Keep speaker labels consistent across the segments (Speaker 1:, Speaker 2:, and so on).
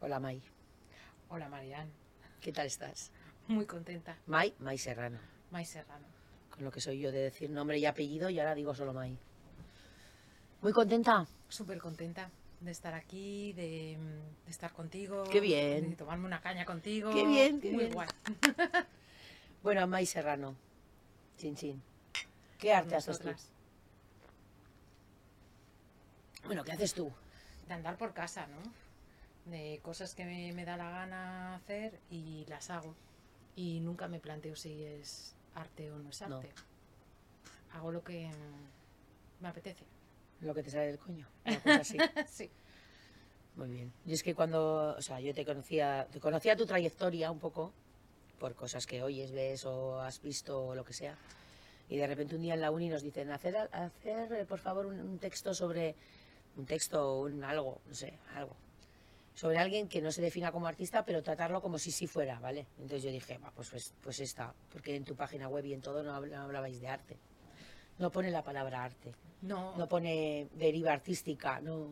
Speaker 1: Hola, May.
Speaker 2: Hola Marian,
Speaker 1: ¿Qué tal estás?
Speaker 2: muy contenta.
Speaker 1: May, May Serrano.
Speaker 2: May Serrano.
Speaker 1: Con lo que soy yo de decir nombre y apellido y ahora digo solo May. Muy contenta.
Speaker 2: Súper contenta de estar aquí, de, mm, de estar contigo.
Speaker 1: Qué bien.
Speaker 2: De tomarme una caña contigo.
Speaker 1: Qué bien, qué
Speaker 2: muy
Speaker 1: bien.
Speaker 2: guay.
Speaker 1: Bueno, May Serrano. Chin, chin. ¿Qué arte haces tú?
Speaker 2: Nosotras.
Speaker 1: Bueno, ¿qué haces tú?
Speaker 2: De andar por casa, ¿no? De cosas que me, me da la gana hacer y las hago. Y nunca me planteo si es arte o no es
Speaker 1: No.
Speaker 2: arte. Hago lo que mm, me apetece.
Speaker 1: Lo que te sale del coño. Una cosa así.
Speaker 2: sí.
Speaker 1: Muy bien. Y es que cuando, o sea, yo te conocía, te conocía tu trayectoria un poco, por cosas que oyes, ves o has visto o lo que sea. Y de repente un día en la uni nos dicen, hacer, hacer eh, por favor, un, un texto sobre, un texto o un algo, no sé, algo. Sobre alguien que no se defina como artista, pero tratarlo como si sí fuera, ¿vale? Entonces yo dije, "Bah, pues, pues, pues está, porque en tu página web y en todo no, habla- no hablabais de arte. No pone la palabra arte,
Speaker 2: No,
Speaker 1: no pone deriva artística, no.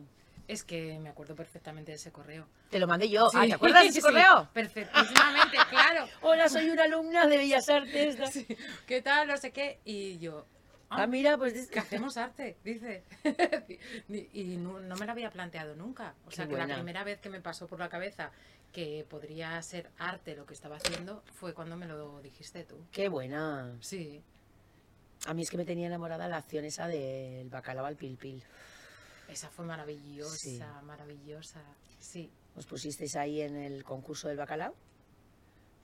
Speaker 2: es que me acuerdo perfectamente de ese correo.
Speaker 1: Te lo mandé yo. Ah,
Speaker 2: Sí,
Speaker 1: ¿te acuerdas de
Speaker 2: sí,
Speaker 1: ese correo?
Speaker 2: Perfectísimamente, claro.
Speaker 1: Hola, soy una alumna de Bellas Artes. ¿no?
Speaker 2: Sí, ¿Qué tal? No sé qué. Y yo,
Speaker 1: Ah, mira, pues es-
Speaker 2: que hacemos arte, dice. y no, no me lo había planteado nunca. O
Speaker 1: Qué
Speaker 2: sea, que la
Speaker 1: buena.
Speaker 2: primera vez que me pasó por la cabeza que podría ser arte lo que estaba haciendo fue cuando me lo dijiste tú.
Speaker 1: qué buena.
Speaker 2: Sí,
Speaker 1: A mí es que me tenía enamorada la acción esa del bacalao al pil pil.
Speaker 2: esa fue maravillosa,
Speaker 1: Sí.
Speaker 2: maravillosa. Sí,
Speaker 1: ¿Os pusisteis ahí en el concurso del bacalao?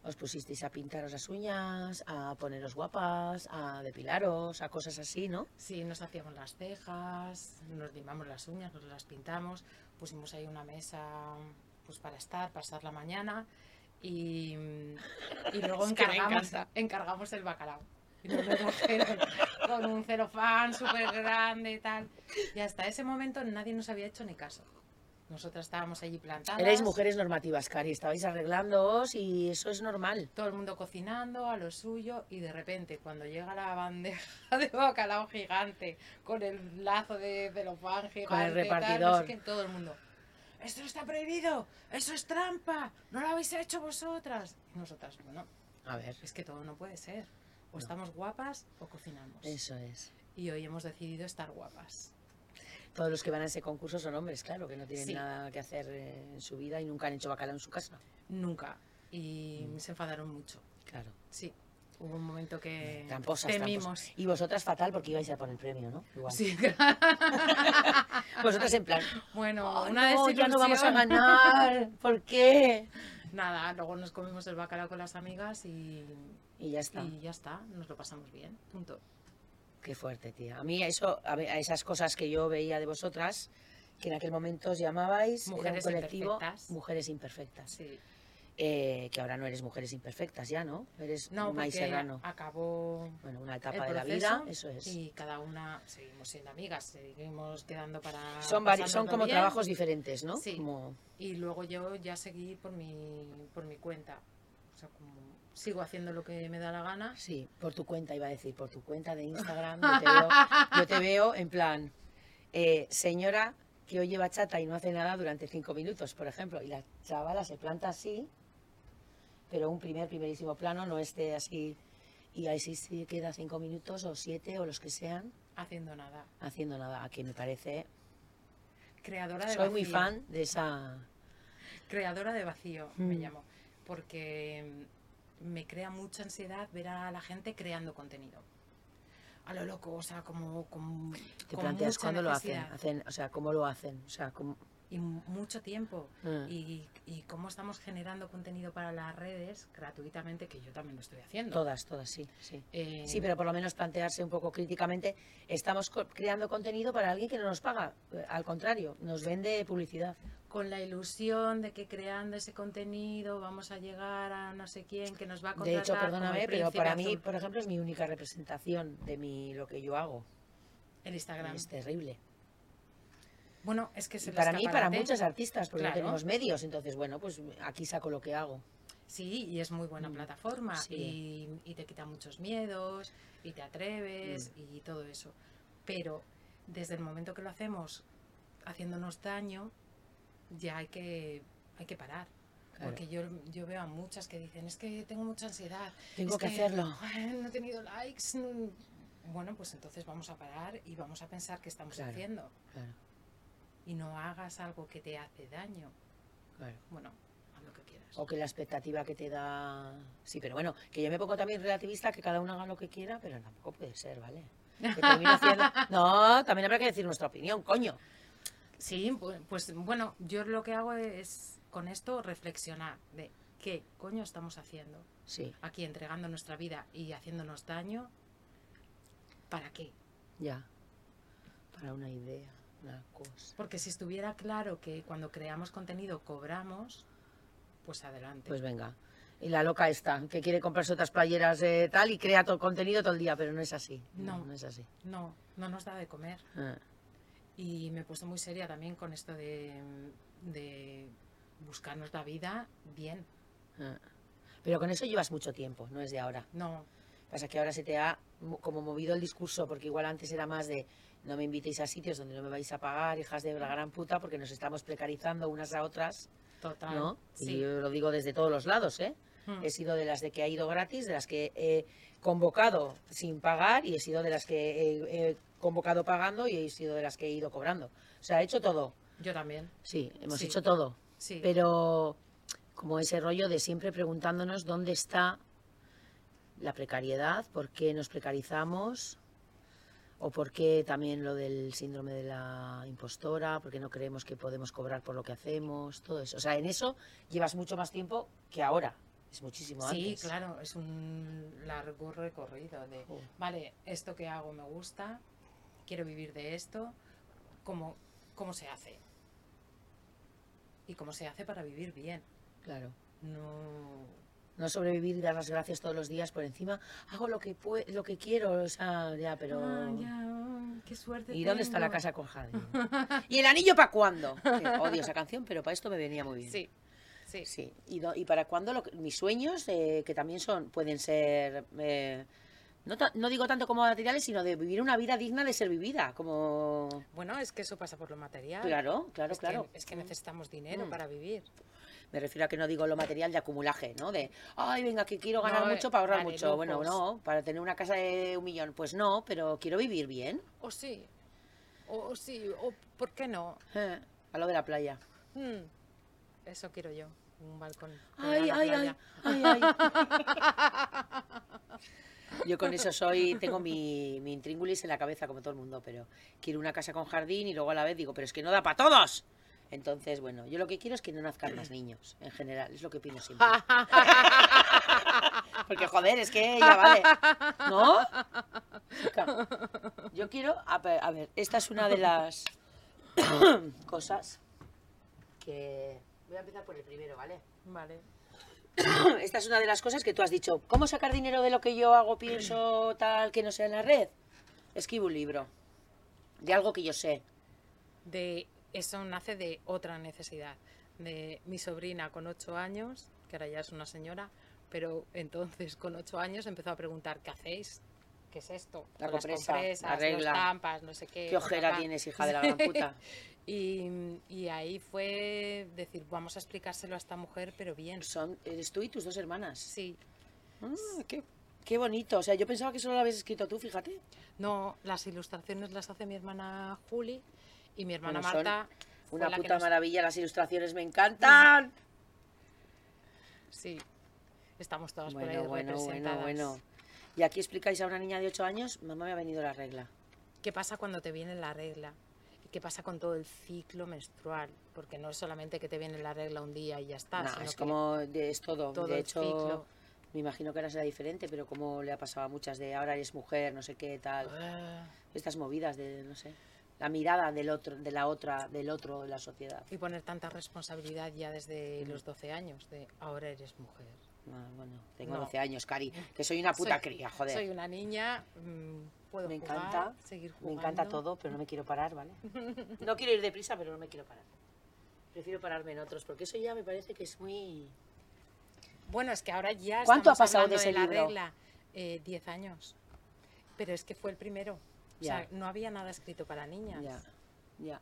Speaker 1: ¿Os pusisteis a pintaros las uñas, a poneros guapas, a depilaros, a cosas así, no?
Speaker 2: sí, nos hacíamos las cejas, nos limamos las uñas, nos las pintamos, pusimos ahí una mesa pues para estar, pasar la mañana y, y luego
Speaker 1: Es que me
Speaker 2: encargamos,
Speaker 1: encanta.
Speaker 2: encargamos el bacalao. Y nos lo trajeron con un celofán súper grande y tal. Y hasta ese momento nadie nos había hecho ni caso. Nosotras estábamos allí plantadas.
Speaker 1: Erais mujeres normativas, Cari, estabais arreglándoos y eso es normal.
Speaker 2: Todo el mundo cocinando a lo suyo y de repente cuando llega la bandeja de bacalao gigante con el lazo de celofán gigante, tal, no sé
Speaker 1: repartidor.
Speaker 2: qué, todo el mundo. Esto está prohibido, eso es trampa, no lo habéis hecho vosotras. Y nosotras, bueno,
Speaker 1: A ver,
Speaker 2: es que todo no puede ser. O
Speaker 1: No.
Speaker 2: estamos guapas o cocinamos.
Speaker 1: eso es.
Speaker 2: Y hoy hemos decidido estar guapas.
Speaker 1: Todos los que van a ese concurso son hombres, claro, que no tienen
Speaker 2: Sí.
Speaker 1: nada que hacer eh, en su vida y nunca han hecho bacalao en su casa.
Speaker 2: Nunca. Y
Speaker 1: Mm.
Speaker 2: se enfadaron mucho.
Speaker 1: Claro.
Speaker 2: Sí. Hubo un momento que
Speaker 1: Tramposas,
Speaker 2: temimos.
Speaker 1: tramposas. Y vosotras fatal porque ibais a por el premio, ¿no? Igual.
Speaker 2: Sí,
Speaker 1: Vosotras en plan,
Speaker 2: bueno,
Speaker 1: "Oh,
Speaker 2: una
Speaker 1: no, ya no vamos a
Speaker 2: desilusión.
Speaker 1: ganar, ¿por qué?
Speaker 2: Nada, luego nos comimos el bacalao con las amigas y,
Speaker 1: Y ya está.
Speaker 2: y ya está, nos lo pasamos bien, punto.
Speaker 1: Qué fuerte, tía. A mí eso, a, ver, a esas cosas que yo veía de vosotras, que en aquel momento os llamabais era un
Speaker 2: Mujeres
Speaker 1: colectivo
Speaker 2: Imperfectas.
Speaker 1: mujeres imperfectas.
Speaker 2: Sí.
Speaker 1: Eh, que ahora no eres mujeres imperfectas ya, ¿no? Eres
Speaker 2: No,
Speaker 1: May
Speaker 2: porque
Speaker 1: Serrano. Pues
Speaker 2: acabó
Speaker 1: Bueno, una
Speaker 2: el
Speaker 1: etapa de la
Speaker 2: proceso
Speaker 1: vida, eso es.
Speaker 2: Y cada una seguimos siendo amigas, seguimos quedando para.
Speaker 1: Son, vari- son
Speaker 2: pasárnoslo
Speaker 1: como
Speaker 2: bien.
Speaker 1: trabajos diferentes, ¿no?
Speaker 2: Sí.
Speaker 1: Como-
Speaker 2: Y luego yo ya seguí por mi, por mi cuenta. O sea, como sigo haciendo lo que me da la gana.
Speaker 1: Sí, por tu cuenta, iba a decir, por tu cuenta de Instagram. Yo te veo, yo te veo en plan, eh, señora que hoy lleva chata y no hace nada durante cinco minutos, por ejemplo, y la chavala se planta así, pero un primer, primerísimo plano no esté así, y ahí sí se queda cinco minutos o siete o los que sean
Speaker 2: Haciendo nada.
Speaker 1: haciendo nada, que me parece.
Speaker 2: Creadora de
Speaker 1: Soy muy
Speaker 2: vacío.
Speaker 1: fan de esa.
Speaker 2: Creadora de vacío, me
Speaker 1: Mm.
Speaker 2: llamo, porque mm, me crea mucha ansiedad ver a la gente creando contenido. A lo loco, o sea, como... Con,
Speaker 1: Te
Speaker 2: con
Speaker 1: planteas
Speaker 2: mucha
Speaker 1: cuándo lo hacen,
Speaker 2: necesidad
Speaker 1: hacen, o sea, cómo lo hacen, o sea, cómo-
Speaker 2: Y mu- mucho tiempo.
Speaker 1: Mm.
Speaker 2: Y, y cómo estamos generando contenido para las redes gratuitamente, que yo también lo estoy haciendo.
Speaker 1: todas, todas, sí, sí.
Speaker 2: Eh,
Speaker 1: Sí, pero por lo menos plantearse un poco críticamente. Estamos co- creando contenido para alguien que no nos paga. Eh, Al contrario, nos vende publicidad.
Speaker 2: Con la ilusión de que creando ese contenido vamos a llegar a no sé quién que nos va a
Speaker 1: De
Speaker 2: contratar.
Speaker 1: hecho,
Speaker 2: como el
Speaker 1: perdóname, pero
Speaker 2: príncipe
Speaker 1: para mí,
Speaker 2: azul.
Speaker 1: por ejemplo, es mi única representación de mi, lo que yo hago.
Speaker 2: El Instagram.
Speaker 1: Es terrible.
Speaker 2: Bueno, es que es
Speaker 1: Este Y
Speaker 2: el
Speaker 1: para mí, para
Speaker 2: escaparate.
Speaker 1: muchas artistas, porque
Speaker 2: Claro.
Speaker 1: no tenemos medios. Entonces, bueno, pues aquí saco lo que hago.
Speaker 2: Sí, y es muy buena
Speaker 1: Mm.
Speaker 2: plataforma
Speaker 1: Sí.
Speaker 2: y, y te quita muchos miedos y te atreves
Speaker 1: Mm.
Speaker 2: y todo eso. Pero desde el momento que lo hacemos haciéndonos daño, ya hay que hay que parar.
Speaker 1: Claro.
Speaker 2: Porque yo, yo veo a muchas que dicen, es que tengo mucha ansiedad.
Speaker 1: Tengo
Speaker 2: es
Speaker 1: que hacerlo".
Speaker 2: "Ay, No he tenido likes. no-". Bueno, pues entonces vamos a parar y vamos a pensar qué estamos
Speaker 1: Claro.
Speaker 2: haciendo.
Speaker 1: Claro,
Speaker 2: Y no hagas algo que te hace daño.
Speaker 1: claro.
Speaker 2: Bueno, haz lo que quieras.
Speaker 1: O que la expectativa que te da. Sí, pero bueno, que yo me pongo también relativista, que cada uno haga lo que quiera, pero tampoco puede ser, ¿vale? Que termine haciendo- No, también habrá que decir nuestra opinión, coño.
Speaker 2: Sí, pu- pues bueno, yo lo que hago es con esto reflexionar de qué coño estamos haciendo
Speaker 1: Sí,
Speaker 2: aquí entregando nuestra vida y haciéndonos daño. ¿Para qué?
Speaker 1: ya. Para una idea, una cosa.
Speaker 2: Porque si estuviera claro que cuando creamos contenido cobramos, pues adelante.
Speaker 1: Pues venga. Y la loca esta, que quiere comprarse otras playeras eh, tal y crea todo contenido todo el día, pero no es así. No,
Speaker 2: No.
Speaker 1: es así.
Speaker 2: no, no nos da de comer.
Speaker 1: Ah,
Speaker 2: Y me he puesto muy seria también con esto de, de buscarnos la vida bien.
Speaker 1: ah. Pero con eso llevas mucho tiempo, no es de ahora.
Speaker 2: No,
Speaker 1: Pasa que ahora se te ha mo- como movido el discurso, porque igual antes era más de no me invitéis a sitios donde no me vais a pagar, hijas de la gran puta, porque nos estamos precarizando unas a otras,
Speaker 2: total.
Speaker 1: ¿no? Y
Speaker 2: Sí.
Speaker 1: yo lo digo desde todos los lados, ¿eh?
Speaker 2: Mm.
Speaker 1: He sido de las de que ha ido gratis, de las que he convocado sin pagar y he sido de las que he, he convocado pagando y he sido de las que he ido cobrando. O sea, he hecho todo.
Speaker 2: Yo también.
Speaker 1: Sí, hemos
Speaker 2: Sí.
Speaker 1: hecho todo.
Speaker 2: Sí.
Speaker 1: Pero como ese rollo de siempre preguntándonos dónde está la precariedad, por qué nos precarizamos o por qué también lo del síndrome de la impostora, porque no creemos que podemos cobrar por lo que hacemos, todo eso. O sea, en eso llevas mucho más tiempo que ahora. Es muchísimo
Speaker 2: Sí,
Speaker 1: antes. Oh.
Speaker 2: claro, es un largo recorrido de,
Speaker 1: Jo.
Speaker 2: vale, esto que hago me gusta, quiero vivir de esto, ¿cómo, cómo se hace? Y cómo se hace para vivir bien.
Speaker 1: Claro.
Speaker 2: No,
Speaker 1: No sobrevivir y dar las gracias todos los días por encima. Hago lo que pue- lo que quiero, o sea, ya, pero...
Speaker 2: Ah, ya, qué suerte.
Speaker 1: ¿Y dónde está la
Speaker 2: tengo.
Speaker 1: casa con jardín? ¿Y el anillo para cuándo? Que odio esa canción, pero para esto me venía muy bien.
Speaker 2: Sí, sí,
Speaker 1: Sí. ¿Y, do- y para cuándo lo que- mis sueños, eh, que también son pueden ser, eh, no, ta- no digo tanto como materiales, sino de vivir una vida digna de ser vivida? Como...
Speaker 2: Bueno, es que eso pasa por lo material.
Speaker 1: Claro, claro,
Speaker 2: es
Speaker 1: claro.
Speaker 2: Que, es que necesitamos dinero
Speaker 1: Mm.
Speaker 2: para vivir.
Speaker 1: Me refiero a que no digo lo material de acumulaje, ¿no? De, ay, venga, que quiero ganar
Speaker 2: No, eh,
Speaker 1: mucho para ahorrar
Speaker 2: vale,
Speaker 1: mucho. Bueno,
Speaker 2: lujos.
Speaker 1: no, para tener una casa de un millón, pues no, pero quiero vivir bien.
Speaker 2: O sí, o, o sí, o ¿por qué no?
Speaker 1: Eh, A lo de la playa.
Speaker 2: Mm, Eso quiero yo, un balcón. pegado a
Speaker 1: Ay,
Speaker 2: la
Speaker 1: ay, ay,
Speaker 2: playa.
Speaker 1: ay, ay. Yo con eso soy, tengo mi, mi intríngulis en la cabeza, como todo el mundo, pero quiero una casa con jardín y luego a la vez digo, pero es que no da para todos. Entonces, bueno, yo lo que quiero es que no nazcan más niños, en general, es lo que opino siempre. Porque, joder, es que ya vale. ¿No? Chica, Yo quiero, a ver, a ver, esta es una de las cosas que... Voy a empezar por el primero, ¿vale?
Speaker 2: Vale.
Speaker 1: Esta es una de las cosas que tú has dicho. ¿Cómo sacar dinero de lo que yo hago, pienso, tal, que no sea en la red? Escribo un libro de algo que yo sé.
Speaker 2: de eso nace de otra necesidad de mi sobrina con ocho años que ahora ya es una señora pero entonces con ocho años empezó a preguntar qué hacéis qué es esto
Speaker 1: La
Speaker 2: Con las
Speaker 1: compresa,
Speaker 2: compresas,
Speaker 1: la regla.
Speaker 2: los tampas no sé qué
Speaker 1: ¿Qué ojera
Speaker 2: Eh, papá.
Speaker 1: tienes, hija de la gran puta?
Speaker 2: y, y ahí fue decir vamos a explicárselo a esta mujer pero bien
Speaker 1: Son, eres tú y tus dos hermanas.
Speaker 2: sí
Speaker 1: Ah, qué, qué bonito. O sea, yo pensaba que solo lo habías escrito tú, fíjate.
Speaker 2: no las ilustraciones las hace mi hermana Juli y mi hermana
Speaker 1: Bueno, son
Speaker 2: Marta fue
Speaker 1: Una
Speaker 2: la que
Speaker 1: puta
Speaker 2: nos-
Speaker 1: maravilla, las ilustraciones me encantan.
Speaker 2: sí estamos todas por ahí
Speaker 1: Bueno, bueno, bueno,
Speaker 2: representadas
Speaker 1: bueno. Y aquí explicáis a una niña de 8 años, mamá me ha venido la regla.
Speaker 2: ¿Qué pasa cuando te viene la regla? ¿Y qué pasa con todo el ciclo menstrual? Porque no es solamente que te viene la regla un día y ya está.
Speaker 1: No,
Speaker 2: sino
Speaker 1: es
Speaker 2: que
Speaker 1: como, de- es todo.
Speaker 2: todo
Speaker 1: de
Speaker 2: el
Speaker 1: hecho,
Speaker 2: ciclo.
Speaker 1: Me imagino que ahora será diferente, pero como le ha pasado a muchas de ahora eres mujer, no sé qué, tal,
Speaker 2: Ah,
Speaker 1: estas movidas de, no sé, la mirada del otro, de la otra, del otro de la sociedad.
Speaker 2: Y poner tanta responsabilidad ya desde
Speaker 1: Mm.
Speaker 2: los 12 años, de ahora eres mujer.
Speaker 1: No, Ah, bueno, tengo
Speaker 2: No.
Speaker 1: 12 años, Cari, que soy una puta
Speaker 2: Soy-
Speaker 1: cría, joder.
Speaker 2: Soy una niña, mm, puedo
Speaker 1: Me
Speaker 2: jugar,
Speaker 1: encanta,
Speaker 2: seguir
Speaker 1: me
Speaker 2: jugando.
Speaker 1: encanta todo, pero no me quiero parar, ¿vale? No quiero ir deprisa, pero no me quiero parar. Prefiero pararme en otros, porque eso ya me parece que es muy...
Speaker 2: Bueno, es que ahora ya
Speaker 1: ¿Cuánto ha
Speaker 2: estamos
Speaker 1: pasado
Speaker 2: hablando
Speaker 1: de ese
Speaker 2: la
Speaker 1: libro?
Speaker 2: regla. Eh, 10 años. Pero es que fue el primero. O sea,
Speaker 1: Ya.
Speaker 2: no había nada escrito para niñas.
Speaker 1: Ya, ya.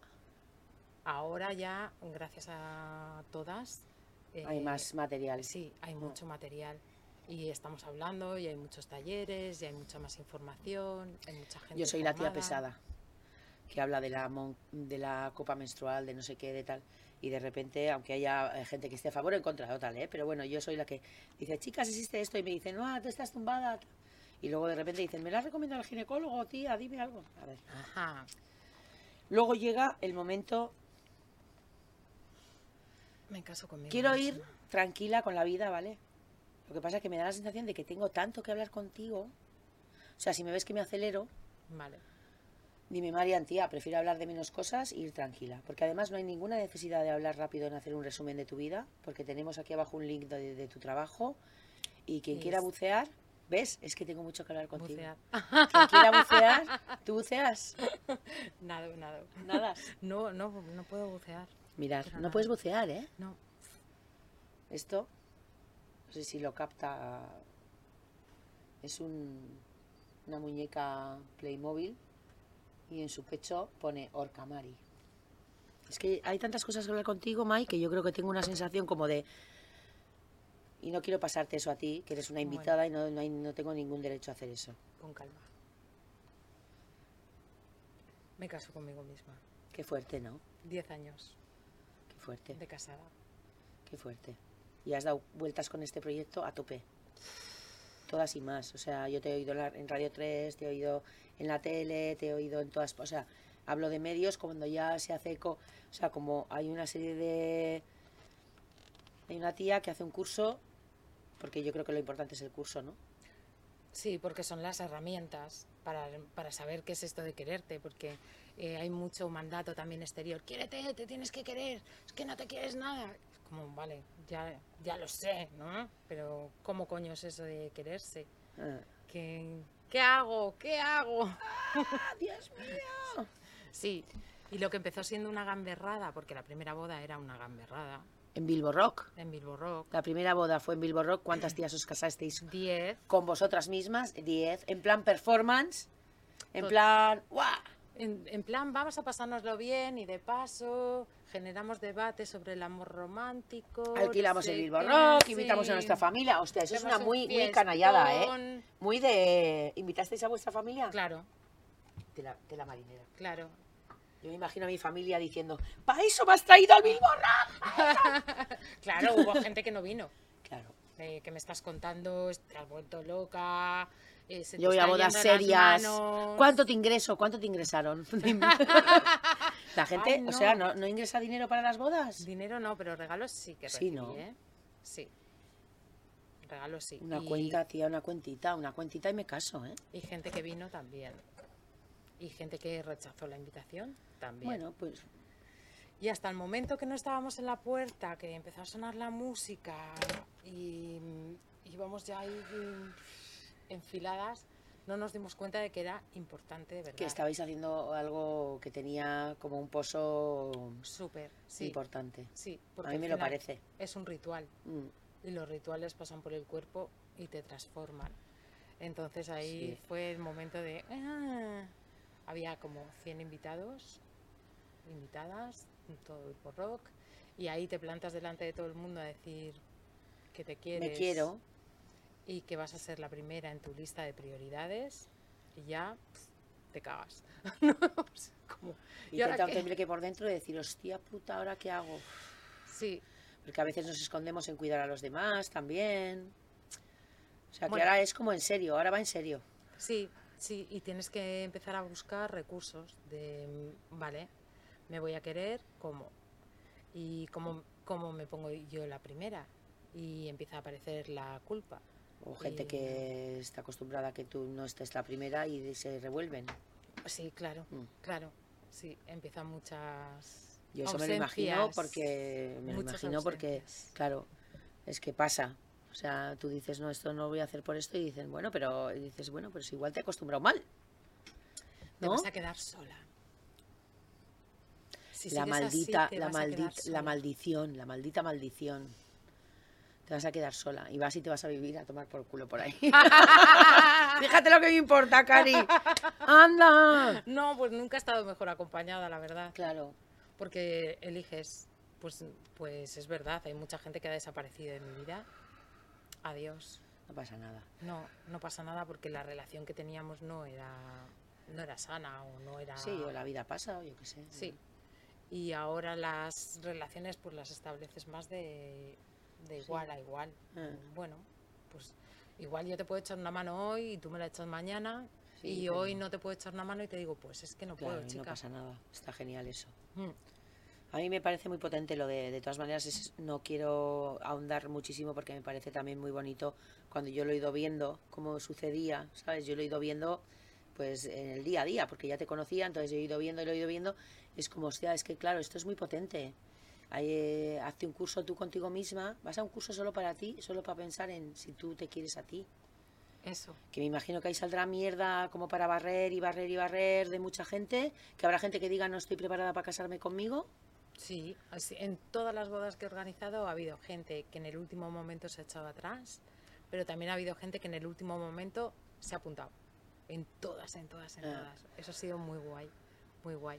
Speaker 2: Ahora ya, gracias a todas, eh,
Speaker 1: Hay más material.
Speaker 2: Sí, hay mucho material. Y estamos hablando, y hay muchos talleres, y hay mucha más información, hay mucha gente.
Speaker 1: Yo soy la tía
Speaker 2: formada.
Speaker 1: pesada, que habla de la, mon- de la copa menstrual, de no sé qué, de tal. Y de repente, aunque haya eh, gente que esté a favor o en contra o tal, ¿eh? pero bueno, yo soy la que dice, chicas, existe esto. Y me dicen, no, ah, tú estás tumbada. Y luego de repente dicen, ¿me la recomienda el ginecólogo, tía? Dime algo. A ver.
Speaker 2: Ajá.
Speaker 1: Luego llega el momento
Speaker 2: Me caso conmigo.
Speaker 1: Quiero
Speaker 2: misma.
Speaker 1: ir tranquila con la vida, ¿vale? Lo que pasa es que me da la sensación de que tengo tanto que hablar contigo. O sea, si me ves que me acelero,
Speaker 2: Vale.
Speaker 1: dime, Marian, tía, prefiero hablar de menos cosas e ir tranquila. Porque además no hay ninguna necesidad de hablar rápido en hacer un resumen de tu vida, porque tenemos aquí abajo un link de, de tu trabajo. Y quien
Speaker 2: Y
Speaker 1: quiera
Speaker 2: es-
Speaker 1: bucear, ¿ves? Es que tengo mucho que hablar contigo.
Speaker 2: Bucear.
Speaker 1: Quien quiera bucear, tú buceas.
Speaker 2: Nada, nada.
Speaker 1: Nada.
Speaker 2: No, no, no puedo bucear.
Speaker 1: Mirad,
Speaker 2: Pero
Speaker 1: no
Speaker 2: nada.
Speaker 1: puedes bucear, ¿eh?
Speaker 2: No.
Speaker 1: Esto, no sé si lo capta, es un- una muñeca Playmobil y en su pecho pone Orcamari. Es que hay tantas cosas que hablar contigo, Mai, que yo creo que tengo una sensación como de... Y no quiero pasarte eso a ti, que eres una
Speaker 2: Bueno.
Speaker 1: invitada y no, no hay- no tengo ningún derecho a hacer eso.
Speaker 2: Con calma. Me caso conmigo misma.
Speaker 1: Qué fuerte, ¿no?
Speaker 2: Diez años
Speaker 1: Qué fuerte,
Speaker 2: de casada.
Speaker 1: qué fuerte. Y has dado vueltas con este proyecto a tope. Todas y más. O sea, yo te he oído en, la- en Radio 3, te he oído en la tele, te he oído en todas. O sea, hablo de medios cuando ya se hace eco. O sea, como hay una serie de. Hay una tía que hace un curso, porque yo creo que lo importante es el curso, ¿no?
Speaker 2: Sí, porque son las herramientas para, para saber qué es esto de quererte, porque eh, hay mucho mandato también exterior. Quiérete, te tienes que querer, es que no te quieres nada. Es como, vale, ya, ya lo sé, ¿no? Pero ¿cómo coño es eso de quererse?
Speaker 1: Ah,
Speaker 2: ¿Qué, qué hago? ¿Qué hago?
Speaker 1: Ah, Dios mío!
Speaker 2: Sí, y lo que empezó siendo una gamberrada, porque la primera boda era una gamberrada
Speaker 1: En Bilbo Rock.
Speaker 2: en Bilbo Rock,
Speaker 1: La primera boda fue en Bilbo Rock. ¿Cuántas tías os casasteis
Speaker 2: 10,
Speaker 1: con vosotras mismas? Diez. En plan performance. En
Speaker 2: Tot-
Speaker 1: plan. ¡Guau!
Speaker 2: En, en plan, vamos a pasárnoslo bien y de paso generamos debate sobre el amor romántico.
Speaker 1: Alquilamos
Speaker 2: no sé
Speaker 1: el Bilbo
Speaker 2: qué, Ah,
Speaker 1: Rock,
Speaker 2: sí.
Speaker 1: invitamos a nuestra familia. Hostia, eso es
Speaker 2: Hacemos
Speaker 1: una
Speaker 2: un
Speaker 1: muy, muy canallada, ¿eh?
Speaker 2: fiestón.
Speaker 1: Muy de... ¿Invitasteis a vuestra familia?
Speaker 2: Claro,
Speaker 1: De la, de la marinera.
Speaker 2: claro.
Speaker 1: Yo me imagino a mi familia diciendo, ¡Para eso me has traído al Bilbo Rock!
Speaker 2: Claro, hubo gente que no vino.
Speaker 1: Claro.
Speaker 2: de que me estás contando, te has vuelto loca. eh, se te
Speaker 1: Yo voy a
Speaker 2: está
Speaker 1: bodas
Speaker 2: yendo las
Speaker 1: serias.
Speaker 2: manos.
Speaker 1: ¿Cuánto te ingreso? ¿Cuánto te ingresaron? la gente,
Speaker 2: Ay, no.
Speaker 1: o sea, ¿no, no ingresa dinero para las bodas?
Speaker 2: Dinero no, pero regalos sí que
Speaker 1: Sí,
Speaker 2: recibí,
Speaker 1: ¿no?
Speaker 2: ¿eh? Sí. Regalos sí.
Speaker 1: Una
Speaker 2: Y-
Speaker 1: cuenta, tía, una cuentita, una cuentita y me caso, ¿eh?
Speaker 2: Y gente que vino también. Y gente que rechazó la invitación también.
Speaker 1: Bueno, pues
Speaker 2: Y hasta el momento que no estábamos en la puerta, que empezó a sonar la música y y íbamos ya ahí mm, enfiladas, no nos dimos cuenta de que era importante de verdad.
Speaker 1: que estabais haciendo algo que tenía como un pozo
Speaker 2: súper, sí.
Speaker 1: importante.
Speaker 2: sí
Speaker 1: A
Speaker 2: porque
Speaker 1: mí
Speaker 2: al
Speaker 1: me lo
Speaker 2: final
Speaker 1: parece.
Speaker 2: Es un ritual
Speaker 1: Mm.
Speaker 2: y los rituales pasan por el cuerpo y te transforman. Entonces ahí
Speaker 1: Sí.
Speaker 2: fue el momento de... "Ah". Había como 100 invitados, invitadas, todo el rock, y ahí te plantas delante de todo el mundo a decir que te quieres
Speaker 1: Me quiero.
Speaker 2: y que vas a ser la primera en tu lista de prioridades y ya pf, te cagas. No, es como,
Speaker 1: Y,
Speaker 2: ¿y ahora
Speaker 1: tanto
Speaker 2: qué?
Speaker 1: tendré que por dentro y decir, hostia puta, ¿ahora qué hago?
Speaker 2: Sí,
Speaker 1: Porque a veces nos escondemos en cuidar a los demás también. O sea, que
Speaker 2: Bueno.
Speaker 1: ahora es como en serio, ahora va en serio.
Speaker 2: Sí, sí, y tienes que empezar a buscar recursos de, mm, vale, me voy a querer, ¿cómo? ¿Y cómo, cómo me pongo yo la primera? Y empieza a aparecer la culpa.
Speaker 1: O gente
Speaker 2: Y-
Speaker 1: que está acostumbrada a que tú no estés la primera y se revuelven.
Speaker 2: Sí, claro,
Speaker 1: Mm.
Speaker 2: claro, sí, empiezan muchas
Speaker 1: Yo eso me lo imagino
Speaker 2: ausencias,
Speaker 1: porque me lo
Speaker 2: muchas
Speaker 1: imagino porque
Speaker 2: ausencias.
Speaker 1: claro, es que pasa. O sea, tú dices, "No, esto no voy a hacer por esto" y dicen, "Bueno, pero y dices, bueno, pues igual te he acostumbrado mal."
Speaker 2: Te
Speaker 1: ¿no?
Speaker 2: vas a quedar sola. Si
Speaker 1: la
Speaker 2: sigues así,
Speaker 1: maldita,
Speaker 2: te
Speaker 1: la
Speaker 2: vas a quedar
Speaker 1: maldita, la
Speaker 2: sola.
Speaker 1: maldición, la maldita maldición. Te vas a quedar sola y vas y te vas a vivir a tomar por culo por ahí. Fíjate lo que me importa, Cari. Anda.
Speaker 2: No, pues nunca he estado mejor acompañada, la verdad.
Speaker 1: Claro.
Speaker 2: porque eliges, pues, pues es verdad, hay mucha gente que ha desaparecido de mi vida. Adiós.
Speaker 1: No pasa nada.
Speaker 2: No, no pasa nada porque la relación que teníamos no era, no era sana o no era...
Speaker 1: Sí, o la vida pasa, o yo qué sé.
Speaker 2: Sí. Y ahora las relaciones pues las estableces más de, de igual a igual.
Speaker 1: Ah.
Speaker 2: Bueno, pues igual yo te puedo echar una mano hoy y tú me la echas mañana
Speaker 1: Sí,
Speaker 2: y
Speaker 1: pero-
Speaker 2: hoy no te puedo echar una mano y te digo, pues es que no
Speaker 1: Claro,
Speaker 2: puedo,
Speaker 1: y
Speaker 2: chica.
Speaker 1: no pasa nada. Está genial eso.
Speaker 2: Mm,
Speaker 1: A mí me parece muy potente lo de, de todas maneras, es- no quiero ahondar muchísimo porque me parece también muy bonito cuando yo lo he ido viendo, cómo sucedía, ¿sabes? Yo lo he ido viendo pues en el día a día, porque ya te conocía, entonces yo he ido viendo y lo he ido viendo, y es como, hostia, es que claro, esto es muy potente. Hay, eh, hazte un curso tú contigo misma, vas a un curso solo para ti, solo para pensar en si tú te quieres a ti
Speaker 2: Eso.
Speaker 1: que me imagino que ahí saldrá mierda como para barrer y barrer y barrer de mucha gente, que habrá gente que diga no estoy preparada para casarme conmigo.
Speaker 2: Sí, así- en todas las bodas que he organizado ha habido gente que en el último momento se ha echado atrás, pero también ha habido gente que en el último momento se ha apuntado. En todas, en todas, en
Speaker 1: Ah.
Speaker 2: todas. Eso ha sido muy guay, muy guay.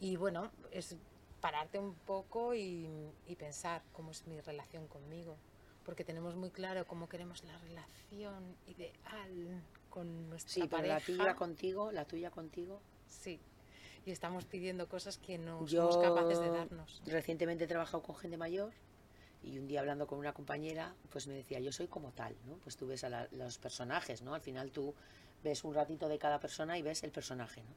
Speaker 2: Y bueno, es pararte un poco y, y pensar cómo es mi relación conmigo, porque tenemos muy claro cómo queremos la relación ideal con nuestra
Speaker 1: Sí, pero la
Speaker 2: pareja.
Speaker 1: tuya contigo, la tuya contigo.
Speaker 2: Sí. Y estamos pidiendo cosas que no
Speaker 1: Yo
Speaker 2: somos capaces de darnos.
Speaker 1: recientemente he trabajado con gente mayor y un día hablando con una compañera, pues me decía, yo soy como tal, ¿no? Pues tú ves a la- los personajes, ¿no? Al final tú ves un ratito de cada persona y ves el personaje, ¿no?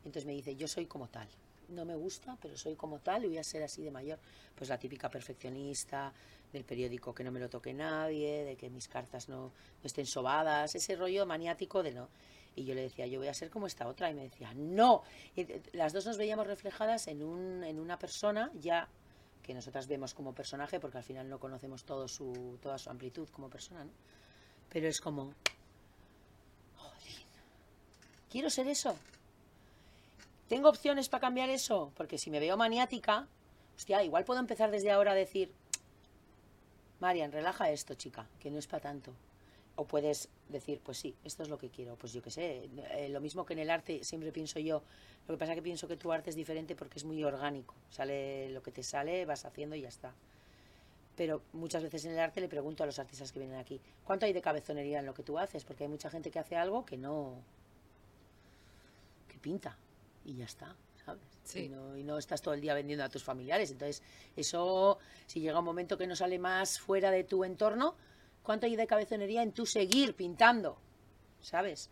Speaker 1: Entonces me dice, yo soy como tal. No me gusta, pero soy como tal y voy a ser así de mayor. Pues la típica perfeccionista del periódico que no me lo toque nadie, de que mis cartas no, no estén sobadas, ese rollo maniático de no. Y yo le decía, yo voy a ser como esta otra. Y me decía, no. Y de- las dos nos veíamos reflejadas en, un, en una persona ya que nosotras vemos como personaje, porque al final no conocemos todo su, toda su amplitud como persona, ¿no? Pero es como, jolín, quiero ser eso. Tengo opciones para cambiar eso, porque si me veo maniática, hostia, igual puedo empezar desde ahora a decir, Marian, relaja esto, chica, que no es para tanto. O puedes decir, pues sí, esto es lo que quiero. Pues yo qué sé, eh, lo mismo que en el arte, siempre pienso yo. Lo que pasa es que pienso que tu arte es diferente porque es muy orgánico. Sale lo que te sale, vas haciendo y ya está. Pero muchas veces en el arte le pregunto a los artistas que vienen aquí, ¿cuánto hay de cabezonería en lo que tú haces? Porque hay mucha gente que hace algo que no. que pinta y ya está, ¿sabes?
Speaker 2: Sí.
Speaker 1: Y, no, y no estás todo el día vendiendo a tus familiares. Entonces, eso, si llega un momento que no sale más fuera de tu entorno, ¿cuánto hay de cabezonería en tú seguir pintando? ¿Sabes?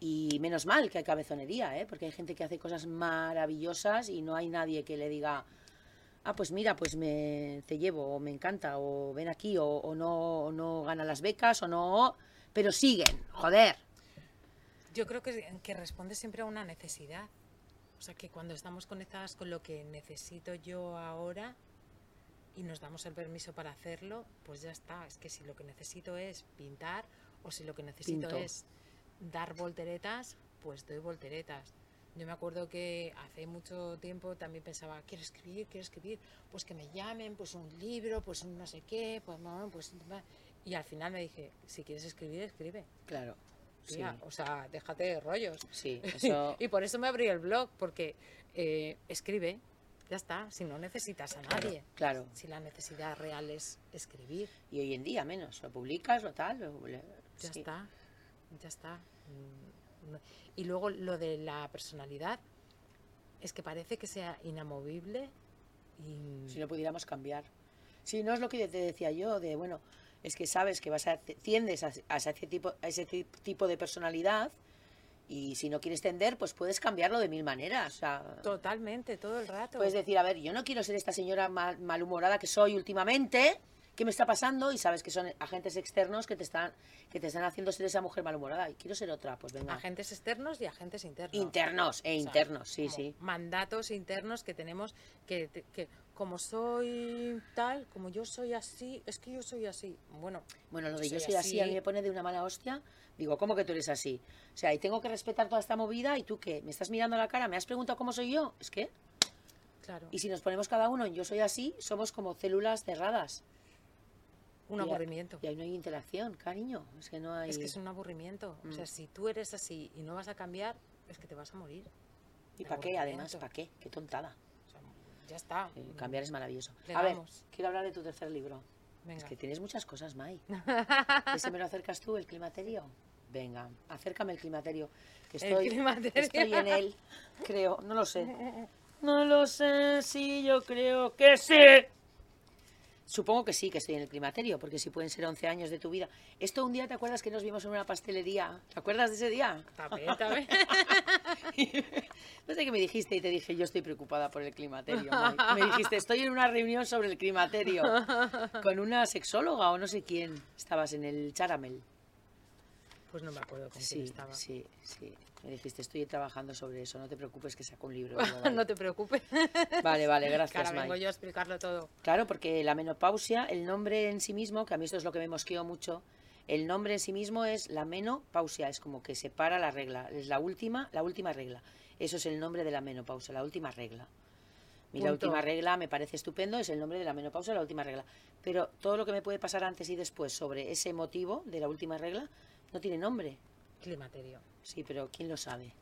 Speaker 1: Y menos mal que hay cabezonería, ¿eh? porque hay gente que hace cosas maravillosas y no hay nadie que le diga, ah, pues mira, pues me, te llevo, o me encanta, o ven aquí, o, o no, o no gana las becas, o no, pero siguen, joder.
Speaker 2: Yo creo que, que responde siempre a una necesidad. O sea, que cuando estamos conectadas con lo que necesito yo ahora y nos damos el permiso para hacerlo, pues ya está. Es que si lo que necesito es pintar o si lo que necesito
Speaker 1: Pinto.
Speaker 2: es dar volteretas, pues doy volteretas. Yo me acuerdo que hace mucho tiempo también pensaba, quiero escribir, quiero escribir, pues que me llamen, pues un libro, pues un no sé qué, pues... no, pues... Y al final me dije, si quieres escribir, escribe.
Speaker 1: Claro, sí,
Speaker 2: Tía, O sea, déjate de rollos.
Speaker 1: sí, eso...
Speaker 2: Y por eso me abrí el blog, porque eh, escribe, ya está, si no necesitas a nadie.
Speaker 1: Claro,
Speaker 2: Si la necesidad real es escribir,
Speaker 1: y hoy en día menos, lo publicas, lo tal, lo- le-
Speaker 2: ya
Speaker 1: sí.
Speaker 2: está, ya está. Mm, no- Y luego lo de la personalidad, es que parece que sea inamovible y...
Speaker 1: si no pudiéramos cambiar. Si no es lo que te decía yo, de bueno, es que sabes que vas a, tiendes a, a ese tipo, a ese ti- tipo de personalidad y si no quieres tender, pues puedes cambiarlo de mil maneras. o sea,
Speaker 2: Totalmente, todo el rato.
Speaker 1: puedes decir, a ver, yo no quiero ser esta señora mal- malhumorada que soy últimamente, ¿qué me está pasando? Y sabes que son agentes externos que te están, que te están haciendo ser esa mujer malhumorada y quiero ser otra, pues venga.
Speaker 2: Agentes externos y agentes internos.
Speaker 1: Internos e
Speaker 2: O sea,
Speaker 1: internos, sí,
Speaker 2: como
Speaker 1: sí.
Speaker 2: Mandatos internos que tenemos que, te- que como soy tal, como yo soy así, es que yo soy así. Bueno,
Speaker 1: Bueno, lo
Speaker 2: Yo
Speaker 1: de yo
Speaker 2: soy
Speaker 1: soy así a mí
Speaker 2: así.
Speaker 1: me pone de una mala hostia. Digo, ¿cómo que tú eres así? O sea, y tengo que respetar toda esta movida y tú qué, me estás mirando a la cara, me has preguntado cómo soy yo. Es que,
Speaker 2: claro,
Speaker 1: y si nos ponemos cada uno en yo soy así, somos como células cerradas.
Speaker 2: un
Speaker 1: y a-
Speaker 2: aburrimiento.
Speaker 1: Y ahí no hay interacción, cariño. Es que no hay...
Speaker 2: Es que es un aburrimiento. O sea,
Speaker 1: Mm.
Speaker 2: si tú eres así y no vas a cambiar, es que te vas a morir.
Speaker 1: ¿Y para qué, además?
Speaker 2: aburrimiento.
Speaker 1: ¿Para qué? Qué tontada.
Speaker 2: O sea, Ya está.
Speaker 1: Eh, cambiar es maravilloso.
Speaker 2: Le
Speaker 1: a ver,
Speaker 2: damos.
Speaker 1: quiero hablar de tu tercer libro.
Speaker 2: Venga.
Speaker 1: Es que tienes muchas cosas, Mai. ¿Ese me lo acercas tú, el climaterio? Venga, acércame el climaterio. Que
Speaker 2: El
Speaker 1: estoy,
Speaker 2: climaterio.
Speaker 1: estoy en él, creo, no lo sé. No lo sé si yo creo que sí. Supongo que sí, que estoy en el climaterio, porque si pueden ser 11 años de tu vida. Esto un día, ¿te acuerdas que nos vimos en una pastelería? ¿Te acuerdas de ese día?
Speaker 2: También, también.
Speaker 1: No sé qué me dijiste y te dije, yo estoy preocupada por el climaterio. Mike". Me dijiste, estoy en una reunión sobre el climaterio con una sexóloga o no sé quién. Estabas en el charamel.
Speaker 2: Pues no me acuerdo con quién
Speaker 1: Sí,
Speaker 2: estaba.
Speaker 1: sí, sí. Me dijiste, estoy trabajando sobre eso, no te preocupes que saco un libro. Digo, vale.
Speaker 2: no te preocupes.
Speaker 1: vale, vale,
Speaker 2: Que ahora
Speaker 1: gracias,
Speaker 2: vengo
Speaker 1: Mike.
Speaker 2: yo a explicarlo todo.
Speaker 1: Claro, porque la menopausia, el nombre en sí mismo, que a mí esto es lo que me mosqueo mucho, el nombre en sí mismo es la menopausia, es como que separa la regla, es la última, la última regla. Eso es el nombre de la menopausia, la última regla. Mi la
Speaker 2: Punto.
Speaker 1: última regla me parece estupendo, es el nombre de la menopausia, la última regla. Pero todo lo que me puede pasar antes y después sobre ese motivo de la última regla no tiene nombre.
Speaker 2: Climaterio.
Speaker 1: Sí, pero ¿quién lo sabe?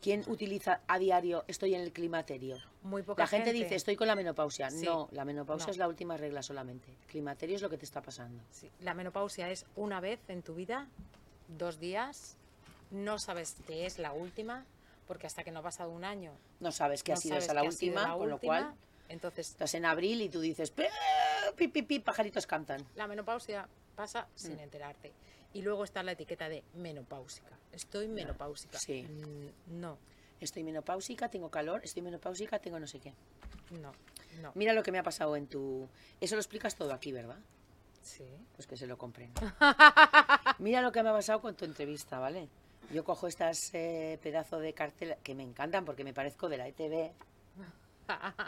Speaker 1: ¿Quién utiliza a diario estoy en el climaterio?
Speaker 2: Muy poca
Speaker 1: La gente dice, estoy con la menopausia.
Speaker 2: Sí.
Speaker 1: No, la menopausia
Speaker 2: No.
Speaker 1: es la última regla solamente. El climaterio es lo que te está pasando.
Speaker 2: Sí, La menopausia es una vez en tu vida, dos días, no sabes que es la última, porque hasta que no ha pasado un año,
Speaker 1: No sabes que
Speaker 2: no
Speaker 1: ha sido
Speaker 2: sabes
Speaker 1: esa la
Speaker 2: que ha sido
Speaker 1: última,
Speaker 2: la
Speaker 1: con lo
Speaker 2: última,
Speaker 1: cual
Speaker 2: Entonces,
Speaker 1: estás en abril y tú dices, "Pe- pi, pi, pi, pajaritos cantan.
Speaker 2: la menopausia
Speaker 1: Mm.
Speaker 2: pasa sin enterarte. Y luego está la etiqueta de menopáusica. Estoy menopáusica.
Speaker 1: sí.
Speaker 2: Mm, No,
Speaker 1: Estoy menopáusica, tengo calor, estoy menopáusica, tengo no sé qué.
Speaker 2: no, no.
Speaker 1: Mira lo que me ha pasado en tu... Eso lo explicas todo aquí, ¿verdad?
Speaker 2: Sí.
Speaker 1: Pues que se lo compren. Mira lo que me ha pasado con tu entrevista, ¿vale? Yo cojo estas eh, pedazo de cartel que me encantan porque me parezco de la ETV,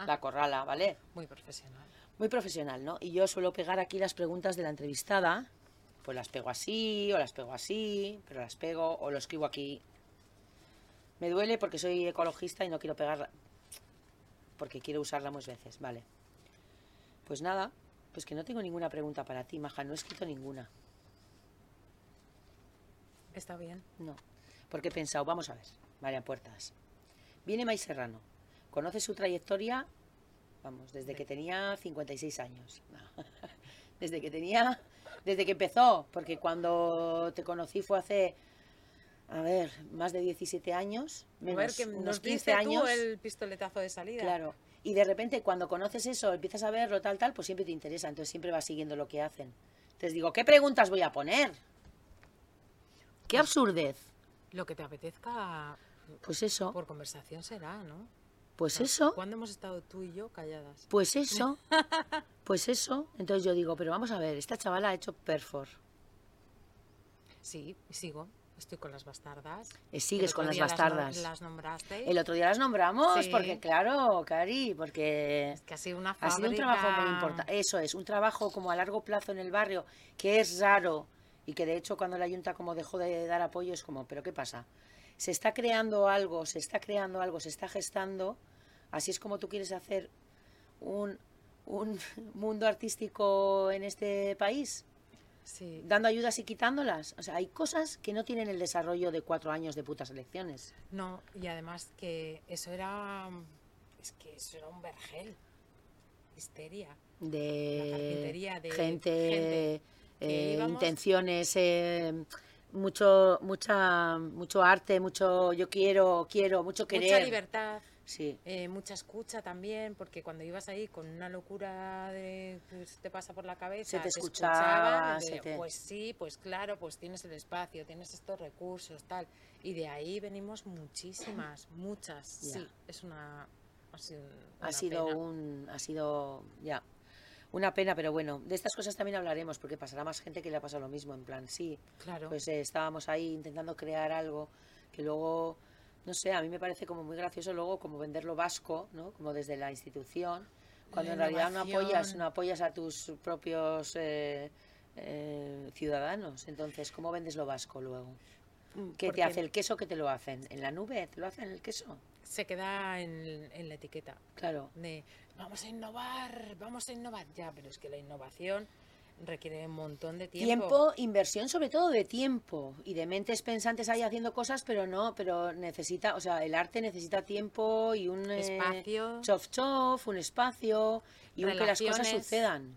Speaker 1: la corrala, ¿vale?
Speaker 2: Muy profesional.
Speaker 1: Muy profesional, ¿no? Y yo suelo pegar aquí las preguntas de la entrevistada. Pues las pego así, o las pego así, pero las pego, o lo escribo aquí. Me duele porque soy ecologista y no quiero pegarla. Porque quiero usarla muchas veces, vale. Pues nada, pues que no tengo ninguna pregunta para ti, Maja. No he escrito ninguna.
Speaker 2: Está bien.
Speaker 1: No, porque he pensado, vamos a ver, María Puertas. Viene May Serrano, conoce su trayectoria, vamos, desde que tenía 56 años. No. Desde que tenía, desde que empezó, porque cuando te conocí fue hace, a ver, más de 17 años, menos
Speaker 2: a ver, que
Speaker 1: unos
Speaker 2: nos
Speaker 1: 15
Speaker 2: diste
Speaker 1: años.
Speaker 2: tú el pistoletazo de salida.
Speaker 1: Claro. Y de repente cuando conoces eso, empiezas a verlo tal, tal, pues siempre te interesa, entonces siempre vas siguiendo lo que hacen. Entonces digo, ¿qué preguntas voy a poner? ¡Qué
Speaker 2: Pues
Speaker 1: absurdez!
Speaker 2: Lo que te apetezca
Speaker 1: Pues eso.
Speaker 2: por conversación será, ¿no?
Speaker 1: Pues eso,
Speaker 2: ¿Cuándo hemos estado tú y yo calladas?
Speaker 1: pues eso, pues eso. Entonces yo digo, pero vamos a ver, esta chavala ha hecho perfor.
Speaker 2: Sí, sigo. Estoy con las bastardas.
Speaker 1: Eh, sigues
Speaker 2: El
Speaker 1: con
Speaker 2: otro
Speaker 1: las
Speaker 2: día nom-
Speaker 1: bastardas.
Speaker 2: Las nombraste.
Speaker 1: El otro día las nombramos,
Speaker 2: Sí.
Speaker 1: porque claro, Cari, porque
Speaker 2: Es que ha sido una
Speaker 1: ha
Speaker 2: fábrica.
Speaker 1: sido un trabajo muy eh. importante. Eso es, un trabajo como a largo plazo en el barrio, que es raro y que de hecho cuando la Junta como dejó de dar apoyo es como, pero ¿qué pasa? Se está creando algo, se está creando algo, se está gestando. Así es como tú quieres hacer un, un mundo artístico en este país.
Speaker 2: Sí.
Speaker 1: dando ayudas y quitándolas. O sea, hay cosas que no tienen el desarrollo de cuatro años de putas elecciones.
Speaker 2: No, y además que eso era. Es que eso era un vergel. Histeria. La
Speaker 1: De,
Speaker 2: carpintería de
Speaker 1: Eh, gente,
Speaker 2: gente que
Speaker 1: eh,
Speaker 2: íbamos-
Speaker 1: intenciones, eh, mucho, mucha, mucho arte, mucho yo quiero, quiero, mucho querer.
Speaker 2: Mucha libertad.
Speaker 1: Sí,
Speaker 2: eh, mucha escucha también, porque cuando ibas ahí con una locura de que se te pasa por la
Speaker 1: Se
Speaker 2: cabeza,
Speaker 1: te escuchaba,
Speaker 2: escuchaban,
Speaker 1: se
Speaker 2: de,
Speaker 1: te-
Speaker 2: pues sí, pues claro, pues tienes el espacio, tienes estos recursos, tal. Y de ahí venimos muchísimas, muchas.
Speaker 1: Ya.
Speaker 2: Sí, es una. Ha sido,
Speaker 1: ha
Speaker 2: una
Speaker 1: sido
Speaker 2: pena.
Speaker 1: un, ha sido ya una pena, pero bueno, de estas cosas también hablaremos porque pasará más gente que le ha pasado lo mismo. En plan, sí,
Speaker 2: Claro,
Speaker 1: pues eh, estábamos ahí intentando crear algo que luego, no sé, a mí me parece como muy gracioso luego como venderlo vasco, ¿no? Como desde la institución, cuando
Speaker 2: La
Speaker 1: en realidad no
Speaker 2: innovación.
Speaker 1: apoyas, no apoyas a tus propios eh, eh, ciudadanos. Entonces, ¿cómo vendes lo vasco luego?
Speaker 2: mm,
Speaker 1: ¿Qué te
Speaker 2: porque
Speaker 1: hace el queso que te lo hacen? ¿En la nube te lo hacen el queso?
Speaker 2: se queda en, en la etiqueta
Speaker 1: Claro.
Speaker 2: de vamos a innovar, vamos a innovar. Ya, pero es que la innovación requiere un montón de tiempo.
Speaker 1: Tiempo, inversión sobre todo de tiempo y de mentes pensantes ahí haciendo cosas, pero no, pero necesita, o sea, el arte necesita tiempo y un eh,
Speaker 2: Espacio.
Speaker 1: chof chof, un espacio y un que las cosas
Speaker 2: Relaciones.
Speaker 1: sucedan.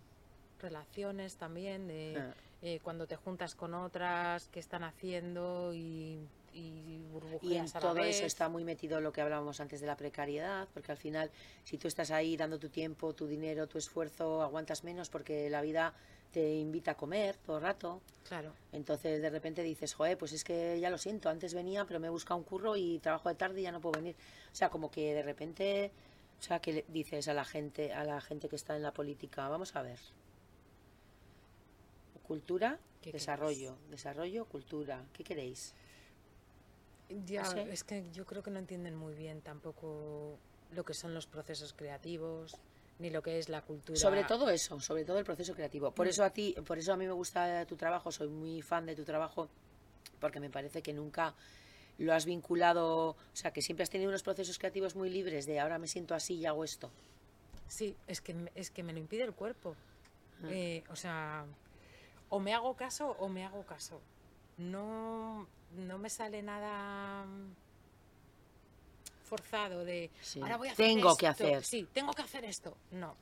Speaker 2: relaciones también, de
Speaker 1: Ah.
Speaker 2: eh, cuando te juntas con otras, qué están haciendo y, y burbujeas
Speaker 1: Y en
Speaker 2: a la
Speaker 1: todo eso
Speaker 2: vez.
Speaker 1: está muy metido lo que hablábamos antes de la precariedad, porque al final, si tú estás ahí dando tu tiempo, tu dinero, tu esfuerzo, aguantas menos porque la vida te invita a comer todo el rato.
Speaker 2: Claro,
Speaker 1: Entonces de repente dices, joder, pues es que ya lo siento, antes venía, pero me he buscado un curro y trabajo de tarde y ya no puedo venir. O sea, como que de repente, o sea, que le dices a la gente, a la gente que está en la política, vamos a ver. Cultura,
Speaker 2: ¿Qué
Speaker 1: desarrollo, desarrollo, cultura, ¿qué queréis?
Speaker 2: ya
Speaker 1: Sí.
Speaker 2: es que yo creo que no entienden muy bien tampoco lo que son los procesos creativos, ni lo que es la cultura.
Speaker 1: Sobre todo eso, sobre todo el proceso creativo. Por
Speaker 2: Mm.
Speaker 1: eso a ti, por eso a mí me gusta tu trabajo, soy muy fan de tu trabajo, porque me parece que nunca lo has vinculado, o sea, que siempre has tenido unos procesos creativos muy libres de ahora me siento así y hago esto.
Speaker 2: Sí, es que, me- es que me lo impide el cuerpo.
Speaker 1: Ah.
Speaker 2: Eh, o sea, o me hago caso o me hago caso. No, no me sale nada mm, forzado de
Speaker 1: Sí.
Speaker 2: ahora voy a hacer
Speaker 1: Tengo que
Speaker 2: esto".
Speaker 1: hacer.
Speaker 2: Sí, tengo que hacer esto. No.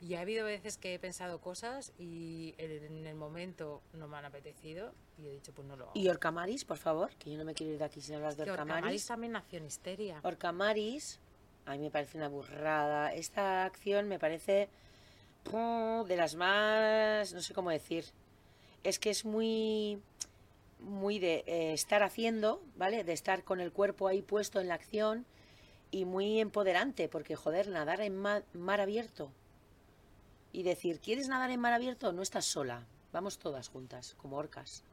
Speaker 2: Y ha habido veces que he pensado cosas y en en el momento no me han apetecido y he dicho, pues no lo hago.
Speaker 1: Y Orcamaris, por favor, que yo no me quiero ir de aquí sin hablar de
Speaker 2: Que Orcamaris
Speaker 1: Orcamaris.
Speaker 2: también nació en histeria.
Speaker 1: Orcamaris, a mí me parece una burrada. Esta acción me parece ¡pum!, de las más, no sé cómo decir. Es que es muy, muy de eh, estar haciendo, ¿vale? De estar con el cuerpo ahí puesto en la acción y muy empoderante, porque joder, nadar en ma- mar abierto y decir, ¿quieres nadar en mar abierto? No estás sola. Vamos todas juntas, como orcas.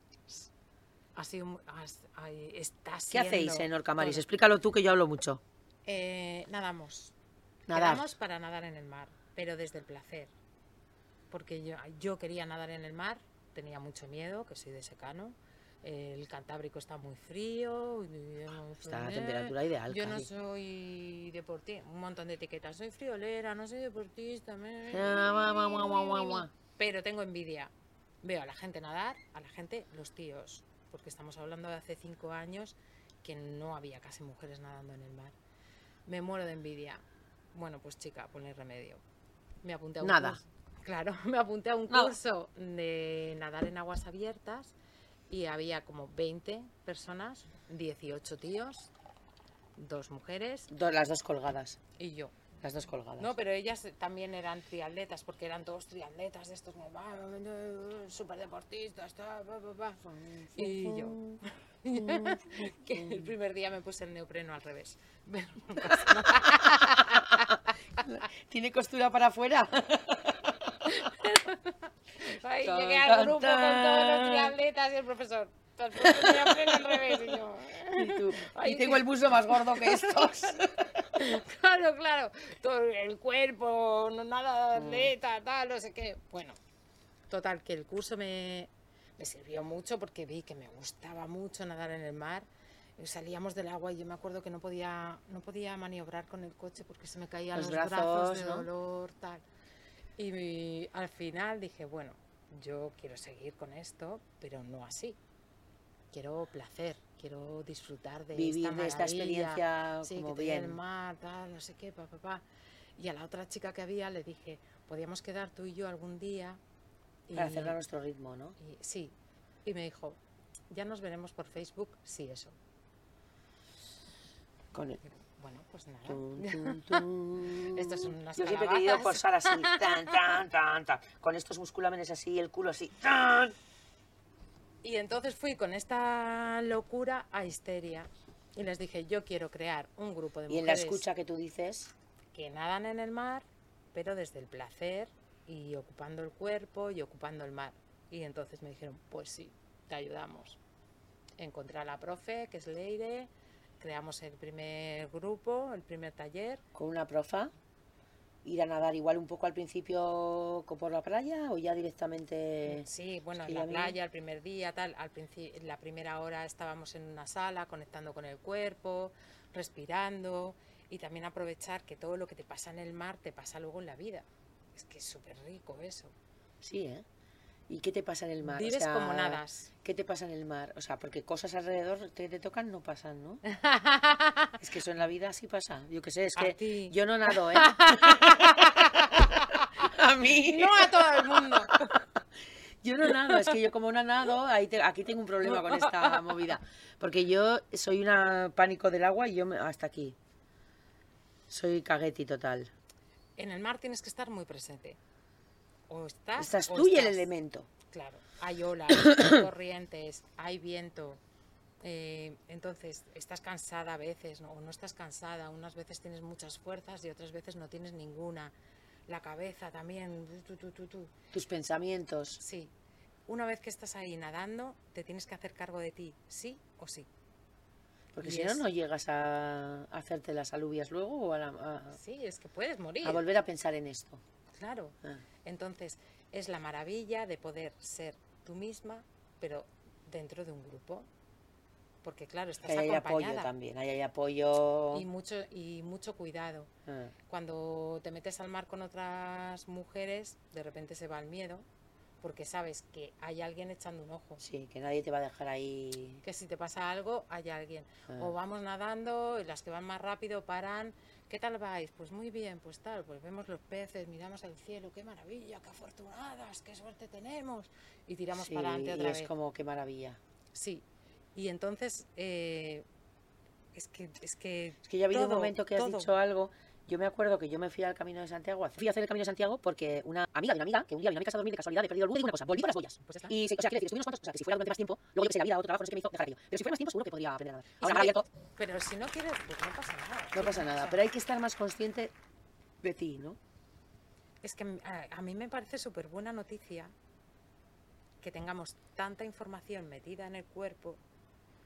Speaker 2: Ha sido, mu- has- ay, está
Speaker 1: ¿Qué hacéis
Speaker 2: siendo
Speaker 1: en Orcamaris?
Speaker 2: todo.
Speaker 1: Explícalo tú que yo hablo mucho.
Speaker 2: Eh, nadamos.
Speaker 1: Nadar.
Speaker 2: Quedamos para nadar en el mar, pero desde el placer. Porque yo, yo quería nadar en el mar, tenía mucho miedo, que soy de secano. El Cantábrico está muy frío. y yo no
Speaker 1: Ah, Está la
Speaker 2: soy-
Speaker 1: temperatura ideal.
Speaker 2: Yo no
Speaker 1: casi.
Speaker 2: soy deportista, un montón de etiquetas. Soy friolera, no soy deportista. me-
Speaker 1: Ah, guau, guau, guau, guau, guau, guau.
Speaker 2: Pero tengo envidia. Veo a la gente nadar, a la gente los tíos. Porque estamos hablando de hace cinco años que no había casi mujeres nadando en el mar. Me muero de envidia. Bueno, pues chica, ponle remedio. Me apunté a un
Speaker 1: Nada.
Speaker 2: curso- Claro, me apunté a un
Speaker 1: Nada.
Speaker 2: curso de nadar en aguas abiertas y había como 20 personas, 18 tíos, dos mujeres
Speaker 1: Do- las dos colgadas.
Speaker 2: y yo.
Speaker 1: Las dos colgadas.
Speaker 2: No, pero ellas también eran triatletas, porque eran todos triatletas de estos, como, super deportistas, y yo. que el primer día me puse el neopreno al revés. Pero no pasa nada.
Speaker 1: ¿Tiene costura para afuera?
Speaker 2: Ay,
Speaker 1: Tan,
Speaker 2: llegué al
Speaker 1: tan,
Speaker 2: grupo con todos los
Speaker 1: tan.
Speaker 2: triatletas y el profesor. "Te has puesto el neopreno al revés. Y yo,
Speaker 1: Y tú,
Speaker 2: Ay,
Speaker 1: y tengo el busto más gordo que estos.
Speaker 2: Claro, claro. Todo el cuerpo, no nada
Speaker 1: Mm.
Speaker 2: de atleta, tal, no sé qué. Bueno, total, que el curso me, me sirvió mucho porque vi que me gustaba mucho nadar en el mar. Y Salíamos del agua y yo me acuerdo que no podía, no podía maniobrar con el coche porque se me caían los,
Speaker 1: Los
Speaker 2: brazos,
Speaker 1: brazos,
Speaker 2: de
Speaker 1: ¿no?
Speaker 2: dolor, tal. Y mi- al final dije, bueno, yo quiero seguir con esto, pero no así. Quiero placer, quiero disfrutar de
Speaker 1: Vivir
Speaker 2: esta
Speaker 1: de esta
Speaker 2: maravilla
Speaker 1: experiencia
Speaker 2: sí,
Speaker 1: como
Speaker 2: que tenía el
Speaker 1: bien.
Speaker 2: mar, tal, no sé qué, papá, papá. Y a la otra chica que había le dije, podíamos quedar tú y yo algún día. Y,
Speaker 1: Para hacerlo a nuestro ritmo, ¿no?
Speaker 2: y- sí. Y me dijo, ya nos veremos por Facebook, sí, eso.
Speaker 1: Con el...
Speaker 2: Bueno, pues nada.
Speaker 1: tun, tun, tun.
Speaker 2: Estas son unas
Speaker 1: Yo siempre he querido
Speaker 2: calabazas.
Speaker 1: posar así, tan, tan, tan, tan, con estos musculamenes así, el culo así, tan.
Speaker 2: Y entonces fui con esta locura a histeria. Y les dije, yo quiero crear un grupo de
Speaker 1: Y
Speaker 2: mujeres
Speaker 1: en la escucha que tú dices,
Speaker 2: que nadan en el mar, pero desde el placer y ocupando el cuerpo y ocupando el mar. Y entonces me dijeron, pues sí, te ayudamos. Encontré a la profe, que es Leire, creamos el primer grupo, el primer taller.
Speaker 1: con una profa, ir a nadar igual un poco al principio co- por la playa o ya directamente...
Speaker 2: Sí, bueno,
Speaker 1: es que
Speaker 2: en
Speaker 1: ya
Speaker 2: la
Speaker 1: Eh, a mí-
Speaker 2: playa, el primer día, tal. Al principio, la primera hora estábamos en una sala conectando con el cuerpo, respirando y también aprovechar que todo lo que te pasa en el mar te pasa luego en la vida. Es que es súper rico eso.
Speaker 1: Sí, ¿eh? ¿Y qué te pasa en el mar? O
Speaker 2: Vives
Speaker 1: sea,
Speaker 2: como nadas.
Speaker 1: ¿Qué te pasa en el mar? O sea, porque cosas alrededor que te tocan no pasan, ¿no? es que eso en la vida sí pasa. Yo qué sé, es
Speaker 2: A
Speaker 1: que
Speaker 2: ti.
Speaker 1: yo no nado, ¿eh? a mí.
Speaker 2: No a todo el mundo.
Speaker 1: Yo no nado, es que yo como no nado, ahí te- aquí tengo un problema con esta movida. Porque yo soy una pánico del agua y yo me- hasta aquí. Soy cagueti total.
Speaker 2: En el mar tienes que estar muy presente. O estás.
Speaker 1: Estás
Speaker 2: Ah, o
Speaker 1: tú y el
Speaker 2: estás.
Speaker 1: elemento.
Speaker 2: Claro, hay olas, hay corrientes, hay viento. eh, entonces, estás cansada a veces, ¿no? o no estás cansada. Unas veces tienes muchas fuerzas y otras veces no tienes ninguna. La cabeza también. tu, tu, tu, tu.
Speaker 1: Tus pensamientos.
Speaker 2: Sí. Una vez que estás ahí nadando, te tienes que hacer cargo de ti, sí o sí.
Speaker 1: Porque
Speaker 2: Y
Speaker 1: si no,
Speaker 2: es-
Speaker 1: no llegas a hacerte las alubias luego o a, la- a-
Speaker 2: Sí, es que puedes morir.
Speaker 1: a volver a pensar en esto.
Speaker 2: Claro.
Speaker 1: Ah.
Speaker 2: Entonces, es la maravilla de poder ser tú misma, pero dentro de un grupo. Porque, claro, estás
Speaker 1: Que hay apoyo
Speaker 2: acompañada.
Speaker 1: también, ahí hay apoyo.
Speaker 2: y mucho y mucho cuidado.
Speaker 1: Ah,
Speaker 2: Cuando te metes al mar con otras mujeres, de repente se va el miedo, porque sabes que hay alguien echando un ojo,
Speaker 1: sí, que nadie te va a dejar ahí.
Speaker 2: que si te pasa algo hay alguien.
Speaker 1: Ah.
Speaker 2: O vamos nadando y las que van más rápido paran. ¿Qué tal vais? Pues muy bien, pues tal, pues vemos los peces, miramos al cielo, qué maravilla, qué afortunadas, qué suerte tenemos. Y tiramos
Speaker 1: Sí,
Speaker 2: para adelante
Speaker 1: y
Speaker 2: otra
Speaker 1: es
Speaker 2: vez.
Speaker 1: como qué maravilla.
Speaker 2: Sí. Y entonces, eh, es que, es que
Speaker 1: Es que ya ha habido
Speaker 2: Todo,
Speaker 1: un momento que has
Speaker 2: todo.
Speaker 1: dicho algo. Yo me acuerdo que yo me fui al Camino de Santiago. Fui a hacer el Camino de Santiago porque una amiga de una amiga, que un día vino a mi casa a dormir de casualidad, he perdido el bus y digo una cosa, volví con las boyas.
Speaker 2: Pues ya está.
Speaker 1: Y, se- o sea, quiero decir, estuve unos cuantos, o sea, que si fuera durante más tiempo, luego yo que sé, la vida, otro trabajo, no sé qué me hizo, dejar aquello. Pero si fuera más tiempo, seguro que podría aprender nada.
Speaker 2: si
Speaker 1: Ahora,
Speaker 2: no-
Speaker 1: abierto,
Speaker 2: Pero si no quieres, pues no pasa nada.
Speaker 1: no pasa
Speaker 2: O
Speaker 1: nada,
Speaker 2: sea,
Speaker 1: pero hay que estar más consciente de ti, ¿no?
Speaker 2: Es que a, a mí me parece súper buena noticia que tengamos tanta información metida en el cuerpo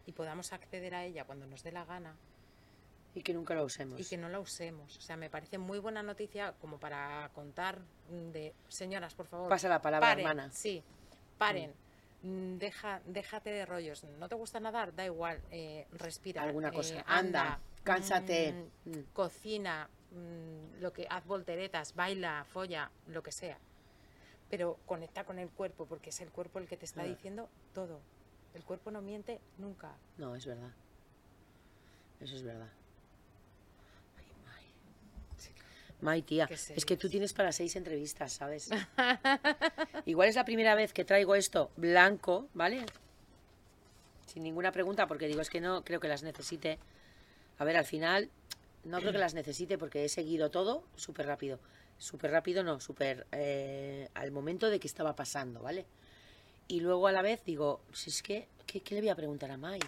Speaker 2: y podamos acceder a ella cuando nos dé la gana
Speaker 1: Y que nunca lo usemos.
Speaker 2: y que no la usemos. O sea, me parece muy buena noticia como para contar mm, de, señoras, por favor,
Speaker 1: Pasa la palabra,
Speaker 2: paren,
Speaker 1: hermana.
Speaker 2: Sí, paren. Mm, Deja, déjate de rollos. ¿No te gusta nadar? Da igual. eh, respira.
Speaker 1: Alguna
Speaker 2: eh,
Speaker 1: cosa. Anda, cánsate.
Speaker 2: mm,
Speaker 1: Mm.
Speaker 2: cocina, mm, lo que haz volteretas, baila, folla, lo que sea. Pero conecta con el cuerpo porque es el cuerpo el que te está
Speaker 1: Claro.
Speaker 2: diciendo todo. El cuerpo no miente nunca.
Speaker 1: No, es verdad. Eso es verdad. Ay, Mai. Mai, tía,
Speaker 2: Qué
Speaker 1: es que tú
Speaker 2: serios.
Speaker 1: tienes para seis entrevistas, ¿sabes? Igual es la primera vez que traigo esto blanco, ¿vale? Sin ninguna pregunta, porque digo, es que no creo que las necesite. A ver, al final, no creo que las necesite porque he seguido todo súper rápido. Súper rápido no, súper eh, al momento de que estaba pasando, ¿vale? Y luego a la vez digo, si es que, ¿qué, qué le voy a preguntar a Mai?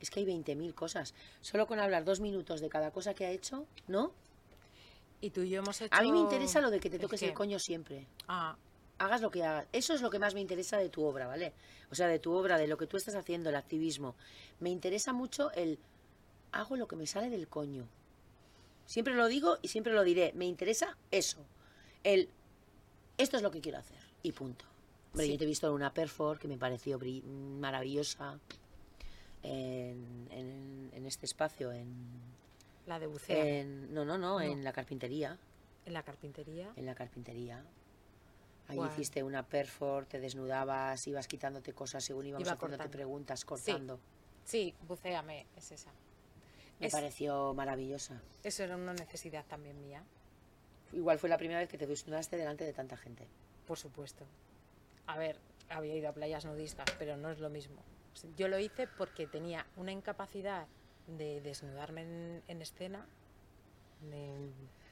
Speaker 1: Es que hay 20.000 cosas. Solo con hablar dos minutos de cada cosa que ha hecho, ¿no?
Speaker 2: Y tú y yo hemos hecho...
Speaker 1: A mí me interesa lo de que te
Speaker 2: ¿El
Speaker 1: toques
Speaker 2: qué?
Speaker 1: el coño siempre.
Speaker 2: Ah,
Speaker 1: Hagas lo que hagas. Eso es lo que más me interesa de tu obra, ¿vale? O sea, de tu obra, de lo que tú estás haciendo, el activismo. Me interesa mucho el hago lo que me sale del coño. Siempre lo digo y siempre lo diré. Me interesa eso. El esto es lo que quiero hacer. Y punto. Hombre,
Speaker 2: Sí.
Speaker 1: yo te he visto en una perfor que me pareció bri- maravillosa en, en- en este espacio, en,
Speaker 2: la de buceo.
Speaker 1: en- no, no, no, en
Speaker 2: No.
Speaker 1: la carpintería.
Speaker 2: en la carpintería.
Speaker 1: En la carpintería. Ahí
Speaker 2: Guay.
Speaker 1: hiciste una perfor, te desnudabas, ibas quitándote cosas según íbamos
Speaker 2: Iba
Speaker 1: haciéndote
Speaker 2: cortando.
Speaker 1: preguntas, cortando.
Speaker 2: Sí, buceame, es esa.
Speaker 1: Me
Speaker 2: Es-
Speaker 1: pareció maravillosa.
Speaker 2: Eso era una necesidad también mía,
Speaker 1: Igual fue la primera vez que te desnudaste delante de tanta gente.
Speaker 2: por supuesto. A ver, había ido a playas nudistas, pero no es lo mismo. O sea, Yo lo hice porque tenía una incapacidad de desnudarme en, en escena, de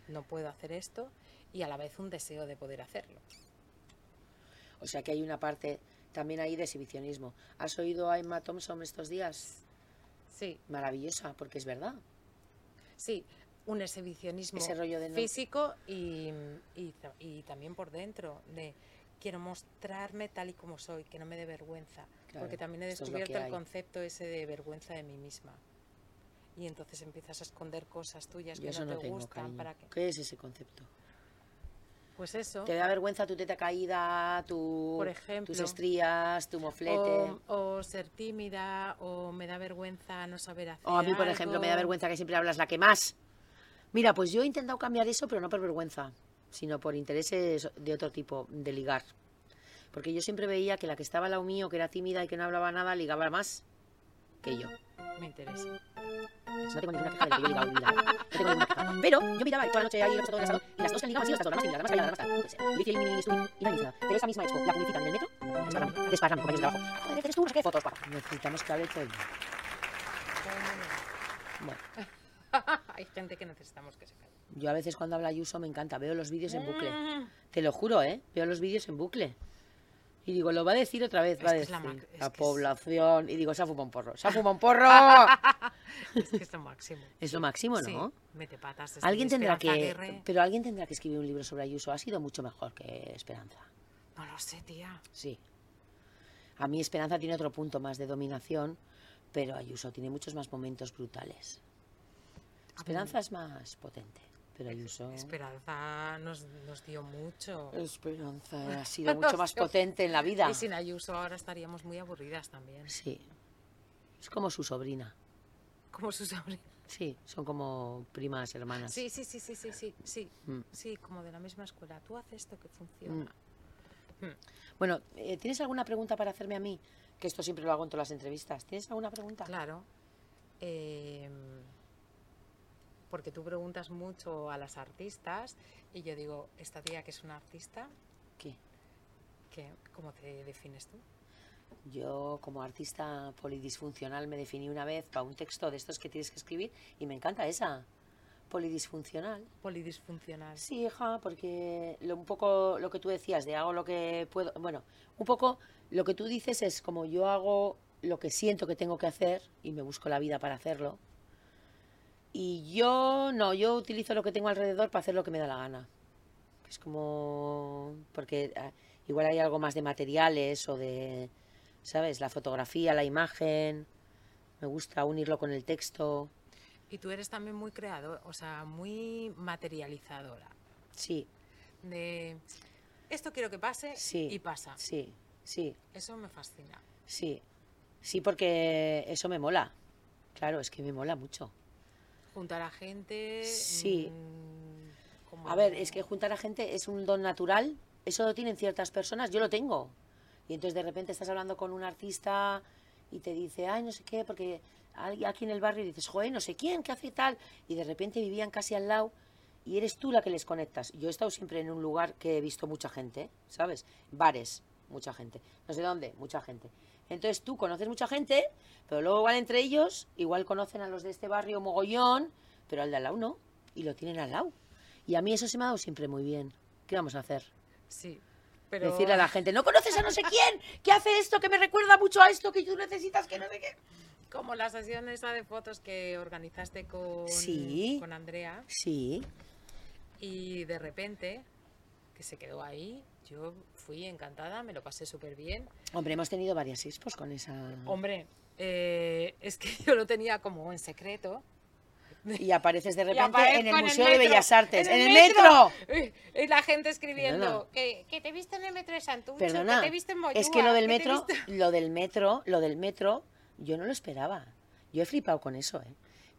Speaker 2: no puedo hacer esto, y a la vez un deseo de poder hacerlo.
Speaker 1: O sea que hay una parte también ahí de exhibicionismo. ¿Has oído a Emma Thompson estos días?
Speaker 2: Sí,
Speaker 1: Maravillosa, porque es verdad.
Speaker 2: sí, un exhibicionismo
Speaker 1: Ese rollo de no-
Speaker 2: físico y, y ta- y también por dentro, de quiero mostrarme tal y como soy, que no me dé vergüenza.
Speaker 1: Claro,
Speaker 2: porque también he
Speaker 1: esto es lo que
Speaker 2: descubierto el
Speaker 1: hay.
Speaker 2: concepto ese de vergüenza de mí misma. Y entonces empiezas a esconder cosas tuyas
Speaker 1: Yo
Speaker 2: que
Speaker 1: eso
Speaker 2: no,
Speaker 1: no
Speaker 2: te
Speaker 1: tengo,
Speaker 2: gustan
Speaker 1: cariño.
Speaker 2: para que...
Speaker 1: ¿Qué es ese concepto?
Speaker 2: Pues eso.
Speaker 1: ¿Te da vergüenza tu teta caída, tu,
Speaker 2: Por ejemplo.
Speaker 1: tus estrías, tu moflete?
Speaker 2: O, o ser tímida, o me da vergüenza no saber hacer.
Speaker 1: O a mí, por ejemplo, me da
Speaker 2: algo.
Speaker 1: vergüenza que siempre hablas la que más. Mira, pues yo he intentado cambiar eso, pero no por vergüenza, sino por intereses de otro tipo, de ligar. Porque yo siempre veía que la que estaba al lado mío, que era tímida y que no hablaba nada, ligaba más que yo.
Speaker 2: Me interesa.
Speaker 1: No tengo ninguna queja de que yo ligaba, ligaba. No tengo ninguna queja. Pero yo miraba y toda la noche ahí lo he todo en el salón y las dos que han ligado han sido estas dos, la más tímida, la más callada, la más tal. Yo qué sé. Licia y Mini Studi y la misma. Pero esa misma expo la publicitan en el metro, desparramos, desparramos compañeros de trabajo. Joder, eres tú, no sé qué fotos, papá. Necesitamos que hable todo el mundo. Bueno,
Speaker 2: Hay gente que necesitamos que se calle.
Speaker 1: yo a veces cuando habla Ayuso me encanta, veo los vídeos en bucle.
Speaker 2: Mm.
Speaker 1: Te lo juro, ¿eh? Veo los vídeos en bucle. Y digo, lo va a decir otra vez,
Speaker 2: Es
Speaker 1: va a
Speaker 2: que
Speaker 1: decir
Speaker 2: es la
Speaker 1: la,
Speaker 2: mac- es que es-
Speaker 1: población. Y digo, se ha fumado un porro, se ha fumado un porro.
Speaker 2: Es que es lo máximo.
Speaker 1: es lo máximo, ¿no?
Speaker 2: Sí, mete patas. es
Speaker 1: Alguien
Speaker 2: de
Speaker 1: tendrá que,
Speaker 2: Esperanza Aguirre.
Speaker 1: pero alguien tendrá que escribir un libro sobre Ayuso. Ha sido mucho mejor que Esperanza.
Speaker 2: No lo sé, tía.
Speaker 1: Sí. A mí Esperanza tiene otro punto más de dominación, pero Ayuso tiene muchos más momentos brutales.
Speaker 2: Ah,
Speaker 1: Esperanza es más potente, pero Ayuso.
Speaker 2: Esperanza nos, nos dio mucho.
Speaker 1: Esperanza ha sido mucho más potente en la vida.
Speaker 2: Y sin Ayuso ahora estaríamos muy aburridas también.
Speaker 1: Sí. Es como su sobrina.
Speaker 2: Como sus sobrina.
Speaker 1: Sí, son como primas hermanas.
Speaker 2: Sí, sí, sí, sí, sí, sí, sí.
Speaker 1: Mm.
Speaker 2: Sí, como de la misma escuela. Tú haces esto que funciona.
Speaker 1: Bueno, eh, ¿tienes alguna pregunta para hacerme a mí? Que esto siempre lo hago en todas las entrevistas. ¿Tienes alguna pregunta?
Speaker 2: Claro. eh, porque tú preguntas mucho a las artistas y yo digo, esta tía que es una artista,
Speaker 1: ¿Qué?
Speaker 2: ¿qué, ¿cómo te defines tú?
Speaker 1: Yo como artista polidisfuncional me definí una vez para un texto de estos que tienes que escribir y me encanta esa. Polidisfuncional.
Speaker 2: Polidisfuncional.
Speaker 1: Sí, hija, porque lo, un poco lo que tú decías de hago lo que puedo, bueno, un poco lo que tú dices es como yo hago lo que siento que tengo que hacer y me busco la vida para hacerlo. Y yo no, yo utilizo lo que tengo alrededor para hacer lo que me da la gana. Es como, porque ah, igual hay algo más de materiales o de, ¿sabes? La fotografía, la imagen. Me gusta unirlo con el texto.
Speaker 2: Y tú eres también muy creador, o sea, muy materializadora.
Speaker 1: Sí,
Speaker 2: De esto quiero que pase
Speaker 1: Sí.
Speaker 2: y pasa.
Speaker 1: sí, sí.
Speaker 2: Eso me fascina.
Speaker 1: Sí, sí, porque eso me mola. Claro, es que me mola mucho.
Speaker 2: Juntar a gente.
Speaker 1: Sí.
Speaker 2: mm, como-
Speaker 1: A ver, es que juntar a gente es un don natural. Eso lo tienen ciertas personas, yo lo tengo. Y entonces de repente estás hablando con un artista y te dice, ay, no sé qué, porque hay aquí en el barrio y dices, joder, no sé quién, qué hace tal. Y de repente vivían casi al lado y eres tú la que les conectas. Yo he estado siempre en un lugar que he visto mucha gente, ¿sabes? Bares, mucha gente. No sé dónde, mucha gente. Entonces tú conoces mucha gente, pero luego igual entre ellos, igual conocen a los de este barrio mogollón, pero al de al lado no, y lo tienen al lado. Y a mí eso se me ha dado siempre muy bien. ¿Qué vamos a hacer?
Speaker 2: Sí. Pero...
Speaker 1: Decirle a la gente, no conoces a no sé quién, que hace esto, que me recuerda mucho a esto, que tú necesitas, que no sé qué.
Speaker 2: Como la sesión esa de fotos que organizaste con,
Speaker 1: Sí.
Speaker 2: con Andrea
Speaker 1: Sí,
Speaker 2: y de repente, que se quedó ahí, yo fui encantada, me lo pasé súper bien.
Speaker 1: hombre, hemos tenido varias expos con esa...
Speaker 2: Hombre, eh, es que yo lo tenía como en secreto.
Speaker 1: Y apareces de
Speaker 2: Y
Speaker 1: repente
Speaker 2: aparezco
Speaker 1: en el Museo de
Speaker 2: metro,
Speaker 1: Bellas Artes, en el, metro.
Speaker 2: Eh, Y la gente escribiendo
Speaker 1: Perdona.
Speaker 2: que, que te he visto en el metro de Santucho,
Speaker 1: Perdona,
Speaker 2: que te he visto en Moyúa,
Speaker 1: es que lo del
Speaker 2: te he
Speaker 1: metro,
Speaker 2: visto-
Speaker 1: lo del metro, lo del metro, yo no lo esperaba. Yo he flipado con eso, ¿eh?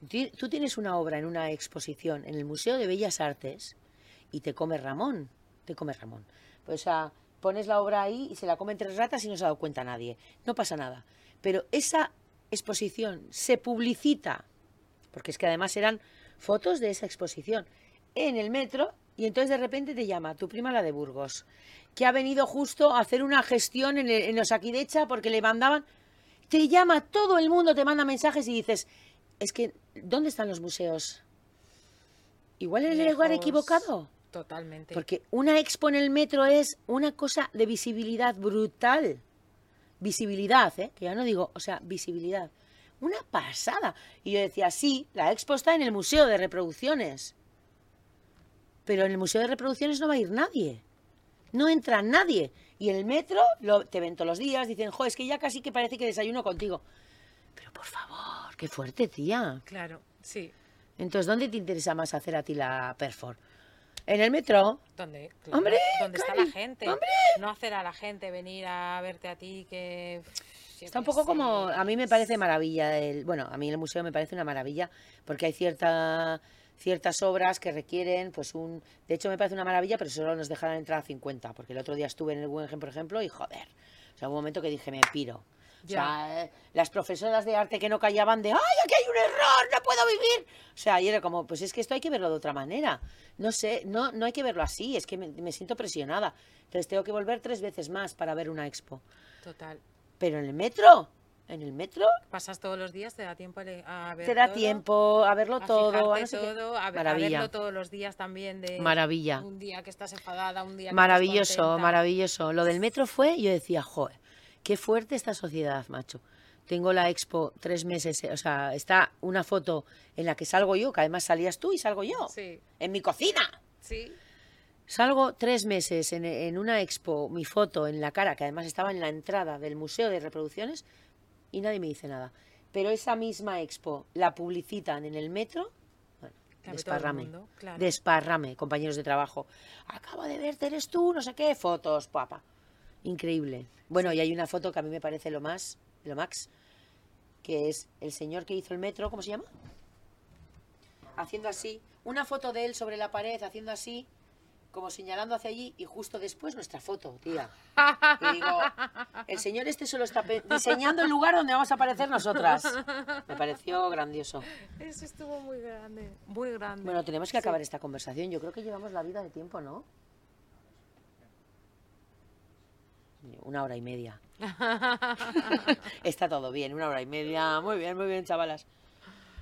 Speaker 1: Ti- Tú tienes una obra en una exposición en el Museo de Bellas Artes y te come Ramón, te come Ramón. Pues, o sea, pones la obra ahí y se la comen tres ratas y no se ha dado cuenta nadie. No pasa nada. Pero esa exposición se publicita, porque es que además eran fotos de esa exposición, en el metro y entonces de repente te llama tu prima la de Burgos, que ha venido justo a hacer una gestión en, el- en Osakidecha porque le mandaban... Te llama todo el mundo, te manda mensajes y dices, es que, ¿dónde están los museos? Igual en el lugar
Speaker 2: Lejos,
Speaker 1: equivocado.
Speaker 2: Totalmente.
Speaker 1: Porque una expo en el metro es una cosa de visibilidad brutal. Visibilidad, ¿eh? Que ya no digo, o sea, visibilidad. Una pasada. Y yo decía, sí, la expo está en el Museo de Reproducciones. Pero en el Museo de Reproducciones no va a ir nadie. No entra nadie. Y en el metro lo, te ven todos los días, dicen, jo, es que ya casi que parece que desayuno contigo. Pero por favor, qué fuerte, tía.
Speaker 2: Claro, sí.
Speaker 1: Entonces, ¿dónde te interesa más hacer a ti la perfor? ¿En el metro?
Speaker 2: Donde,
Speaker 1: Hombre,
Speaker 2: donde está
Speaker 1: Cari,
Speaker 2: la gente.
Speaker 1: hombre.
Speaker 2: No hacer a la gente venir a verte a ti que... yo
Speaker 1: Está un
Speaker 2: qué
Speaker 1: poco
Speaker 2: sé.
Speaker 1: como, a mí me parece maravilla, el, bueno, a mí el museo me parece una maravilla, porque hay cierta ciertas obras que requieren, pues un... De hecho, me parece una maravilla, pero solo nos dejarán entrar a 50, porque el otro día estuve en el Guggenheim, por ejemplo, y joder, o sea, hubo un momento que dije, me piro. O sea, eh, las profesoras de arte que no callaban de, ¡ay, aquí hay un error! ¡No puedo vivir! O sea, y era como, pues es que esto hay que verlo de otra manera. No sé, no, no hay que verlo así, es que me, me siento presionada. Entonces tengo que volver tres veces más para ver una expo.
Speaker 2: Total.
Speaker 1: Pero en el metro, en el metro,
Speaker 2: Pasas todos los días, te da tiempo a le- a ver.
Speaker 1: te da
Speaker 2: todo,
Speaker 1: tiempo a verlo
Speaker 2: a
Speaker 1: todo, a
Speaker 2: fijarte
Speaker 1: no sé qué.
Speaker 2: todo, a, ver- a
Speaker 1: Maravilla.
Speaker 2: verlo todos los días también. De
Speaker 1: Maravilla.
Speaker 2: Un día que estás enfadada, un día que estás
Speaker 1: Maravilloso,
Speaker 2: contenta.
Speaker 1: maravilloso. Lo del metro fue, yo decía, joder, qué fuerte esta sociedad, macho. Tengo la expo tres meses, eh, o sea, está una foto en la que salgo yo, que además salías tú y salgo yo,
Speaker 2: Sí,
Speaker 1: en mi cocina.
Speaker 2: sí.
Speaker 1: Salgo tres meses en, en una expo, mi foto en la cara, que además estaba en la entrada del Museo de Reproducciones, y nadie me dice nada. Pero esa misma expo la publicitan en el metro, bueno,
Speaker 2: la ve todo el
Speaker 1: desparrame
Speaker 2: mundo, claro.
Speaker 1: desparrame, compañeros de trabajo. Acabo de verte, eres tú, no sé qué, fotos, papá. Increíble. Bueno, y hay una foto que a mí me parece lo más, lo max, que es el señor que hizo el metro, ¿cómo se llama? Haciendo así, una foto de él sobre la pared, haciendo así, como señalando hacia allí, y justo después nuestra foto, tía. Y digo, el señor este solo está pe- diseñando el lugar donde vamos a aparecer nosotras. Me pareció grandioso.
Speaker 2: Eso estuvo muy grande, muy grande.
Speaker 1: Bueno, tenemos que
Speaker 2: Sí.
Speaker 1: acabar esta conversación. Yo creo que llevamos la vida de tiempo, ¿no? Una hora y media. Está todo bien, una hora y media. Muy bien, muy bien, chavalas.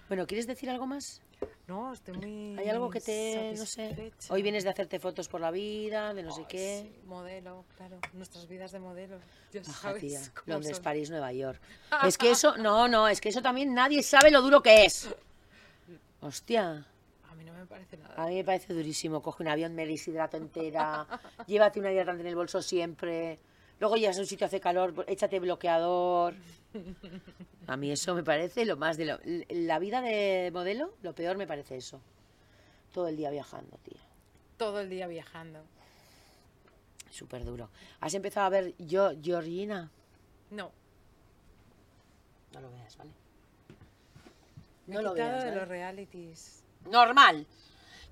Speaker 1: Bueno, ¿quieres decir algo más?
Speaker 2: No, estoy muy.
Speaker 1: ¿Hay algo que te... no sé?
Speaker 2: satisfecha.
Speaker 1: Hoy vienes de hacerte fotos por la vida, de no sé
Speaker 2: Ay,
Speaker 1: qué.
Speaker 2: sí, modelo, claro. Nuestras vidas de modelo. Ya
Speaker 1: Baja,
Speaker 2: sabes
Speaker 1: tía.
Speaker 2: cómo
Speaker 1: Londres,
Speaker 2: son.
Speaker 1: París, Nueva York. Es que eso... No, no, es que eso también nadie sabe lo duro que es. Hostia.
Speaker 2: A mí no me parece nada.
Speaker 1: A mí me parece durísimo. Coge un avión, me deshidrato entera. llévate un hidratante en el bolso siempre. Luego llegas a un sitio hace calor, échate bloqueador. A mí eso me parece lo más de lo... La vida de modelo, lo peor me parece eso. Todo el día viajando, tía.
Speaker 2: Todo el día viajando.
Speaker 1: Súper duro. ¿Has empezado a ver yo, Georgina?
Speaker 2: No.
Speaker 1: No lo veas, ¿vale?
Speaker 2: Me
Speaker 1: No
Speaker 2: he
Speaker 1: lo
Speaker 2: quitado
Speaker 1: veas, ¿eh?
Speaker 2: de
Speaker 1: ¿vale?
Speaker 2: los realities.
Speaker 1: normal.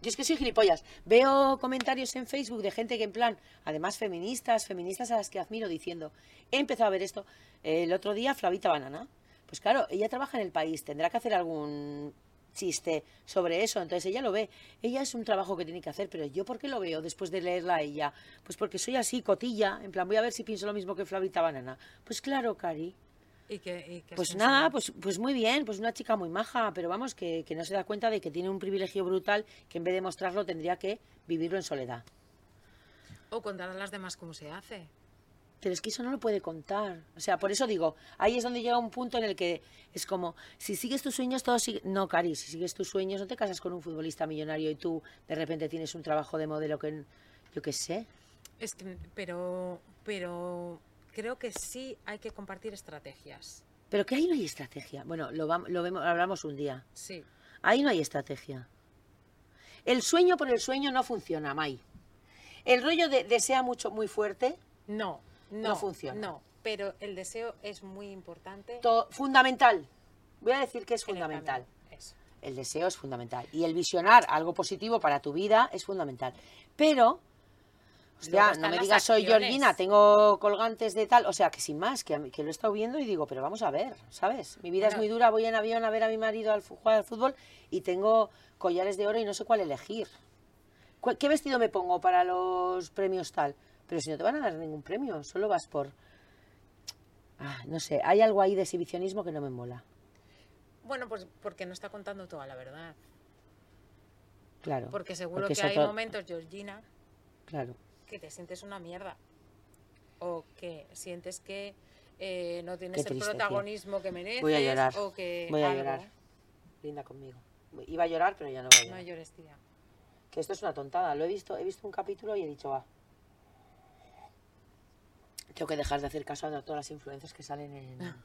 Speaker 1: Yo es que soy gilipollas. Veo comentarios en Facebook de gente que en plan, además feministas, feministas a las que admiro diciendo, he empezado a ver esto eh, el otro día, Flavita Banana. Pues claro, ella trabaja en el país, tendrá que hacer algún chiste sobre eso, entonces ella lo ve. Ella es un trabajo que tiene que hacer, pero yo ¿por qué lo veo después de leerla a ella? Pues porque soy así, cotilla, en plan, voy a ver si pienso lo mismo que Flavita Banana. Pues claro, Cari.
Speaker 2: ¿Y que y que has
Speaker 1: Pues
Speaker 2: pensado?
Speaker 1: nada, pues, pues muy bien, pues una chica muy maja, pero vamos, que, que no se da cuenta de que tiene un privilegio brutal que en vez de mostrarlo tendría que vivirlo en soledad.
Speaker 2: O contar a las demás cómo se hace.
Speaker 1: Pero es que eso no lo puede contar. O sea, por eso digo, ahí es donde llega un punto en el que es como, si sigues tus sueños, todo sigue... No, Cari, si sigues tus sueños, no te casas con un futbolista millonario y tú de repente tienes un trabajo de modelo que, n- yo qué sé.
Speaker 2: Es que, pero, pero creo que sí hay que compartir estrategias.
Speaker 1: Pero que ahí no hay estrategia. Bueno, lo, vam- lo vemos, lo hablamos un día.
Speaker 2: Sí.
Speaker 1: Ahí no hay estrategia. El sueño por el sueño no funciona, May. El rollo de desea mucho, muy fuerte,
Speaker 2: No, no,
Speaker 1: No funciona.
Speaker 2: No, pero el deseo es muy importante.
Speaker 1: to- fundamental. Voy a decir que es
Speaker 2: en el
Speaker 1: fundamental.
Speaker 2: camino. Eso.
Speaker 1: El deseo es fundamental. Y el visionar algo positivo para tu vida es fundamental. Pero,
Speaker 2: Luego
Speaker 1: hostia, no
Speaker 2: están
Speaker 1: me
Speaker 2: las
Speaker 1: digas soy
Speaker 2: acciones.
Speaker 1: Georgina, tengo colgantes de tal. O sea, que sin más, que, a mí- que lo he estado viendo y digo, pero vamos a ver, ¿sabes? Mi vida es
Speaker 2: Bueno.
Speaker 1: muy dura, voy en avión a ver a mi marido al fu- jugar al fútbol y tengo collares de oro y no sé cuál elegir. ¿Cu- ¿Qué vestido me pongo para los premios tal? Pero si no te van a dar ningún premio, solo vas por... Ah, no sé, hay algo ahí de exhibicionismo que no me mola.
Speaker 2: Bueno, pues porque no está contando toda la verdad.
Speaker 1: Claro.
Speaker 2: Porque seguro
Speaker 1: porque
Speaker 2: que
Speaker 1: eso
Speaker 2: hay
Speaker 1: to-
Speaker 2: momentos, Georgina,
Speaker 1: Claro.
Speaker 2: que te sientes una mierda. O que sientes que eh, no tienes
Speaker 1: Qué
Speaker 2: el
Speaker 1: triste, tía.
Speaker 2: protagonismo que mereces.
Speaker 1: Voy a llorar.
Speaker 2: O que
Speaker 1: Voy a
Speaker 2: algo.
Speaker 1: llorar. Linda conmigo. Iba a llorar, pero ya no voy a
Speaker 2: No
Speaker 1: llorar.
Speaker 2: llores, tía.
Speaker 1: Que esto es una tontada. Lo he visto, he visto un capítulo y he dicho, va. Tengo que dejar de hacer caso a todas las influencias que salen en.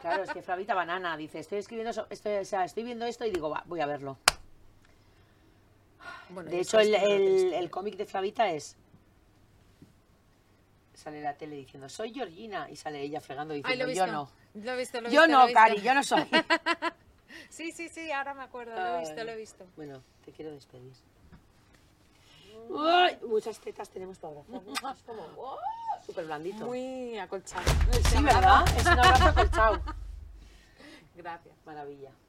Speaker 1: Claro, es que Flavita Banana dice, estoy escribiendo, so- estoy, o sea, estoy viendo esto y digo, va, voy a verlo.
Speaker 2: Bueno,
Speaker 1: De
Speaker 2: yo
Speaker 1: hecho,
Speaker 2: es
Speaker 1: el,
Speaker 2: que no
Speaker 1: el-
Speaker 2: tienes que
Speaker 1: el
Speaker 2: ver.
Speaker 1: cómic de Flavita es. Sale la tele diciendo, soy Georgina. Y sale ella fregando
Speaker 2: Ay,
Speaker 1: diciendo,
Speaker 2: lo he visto.
Speaker 1: yo no.
Speaker 2: Lo he visto, lo he
Speaker 1: Yo
Speaker 2: visto, lo
Speaker 1: no,
Speaker 2: he visto.
Speaker 1: Cari, yo no soy.
Speaker 2: Sí, sí, sí, ahora me acuerdo, lo he visto, lo he visto.
Speaker 1: Bueno, te quiero despedir. ¡Ay! Muchas tetas tenemos para abrazar. Es como ¡oh! súper blandito.
Speaker 2: Muy acolchado.
Speaker 1: sí, ¿verdad? Es un abrazo colchado.
Speaker 2: Gracias.
Speaker 1: Maravilla.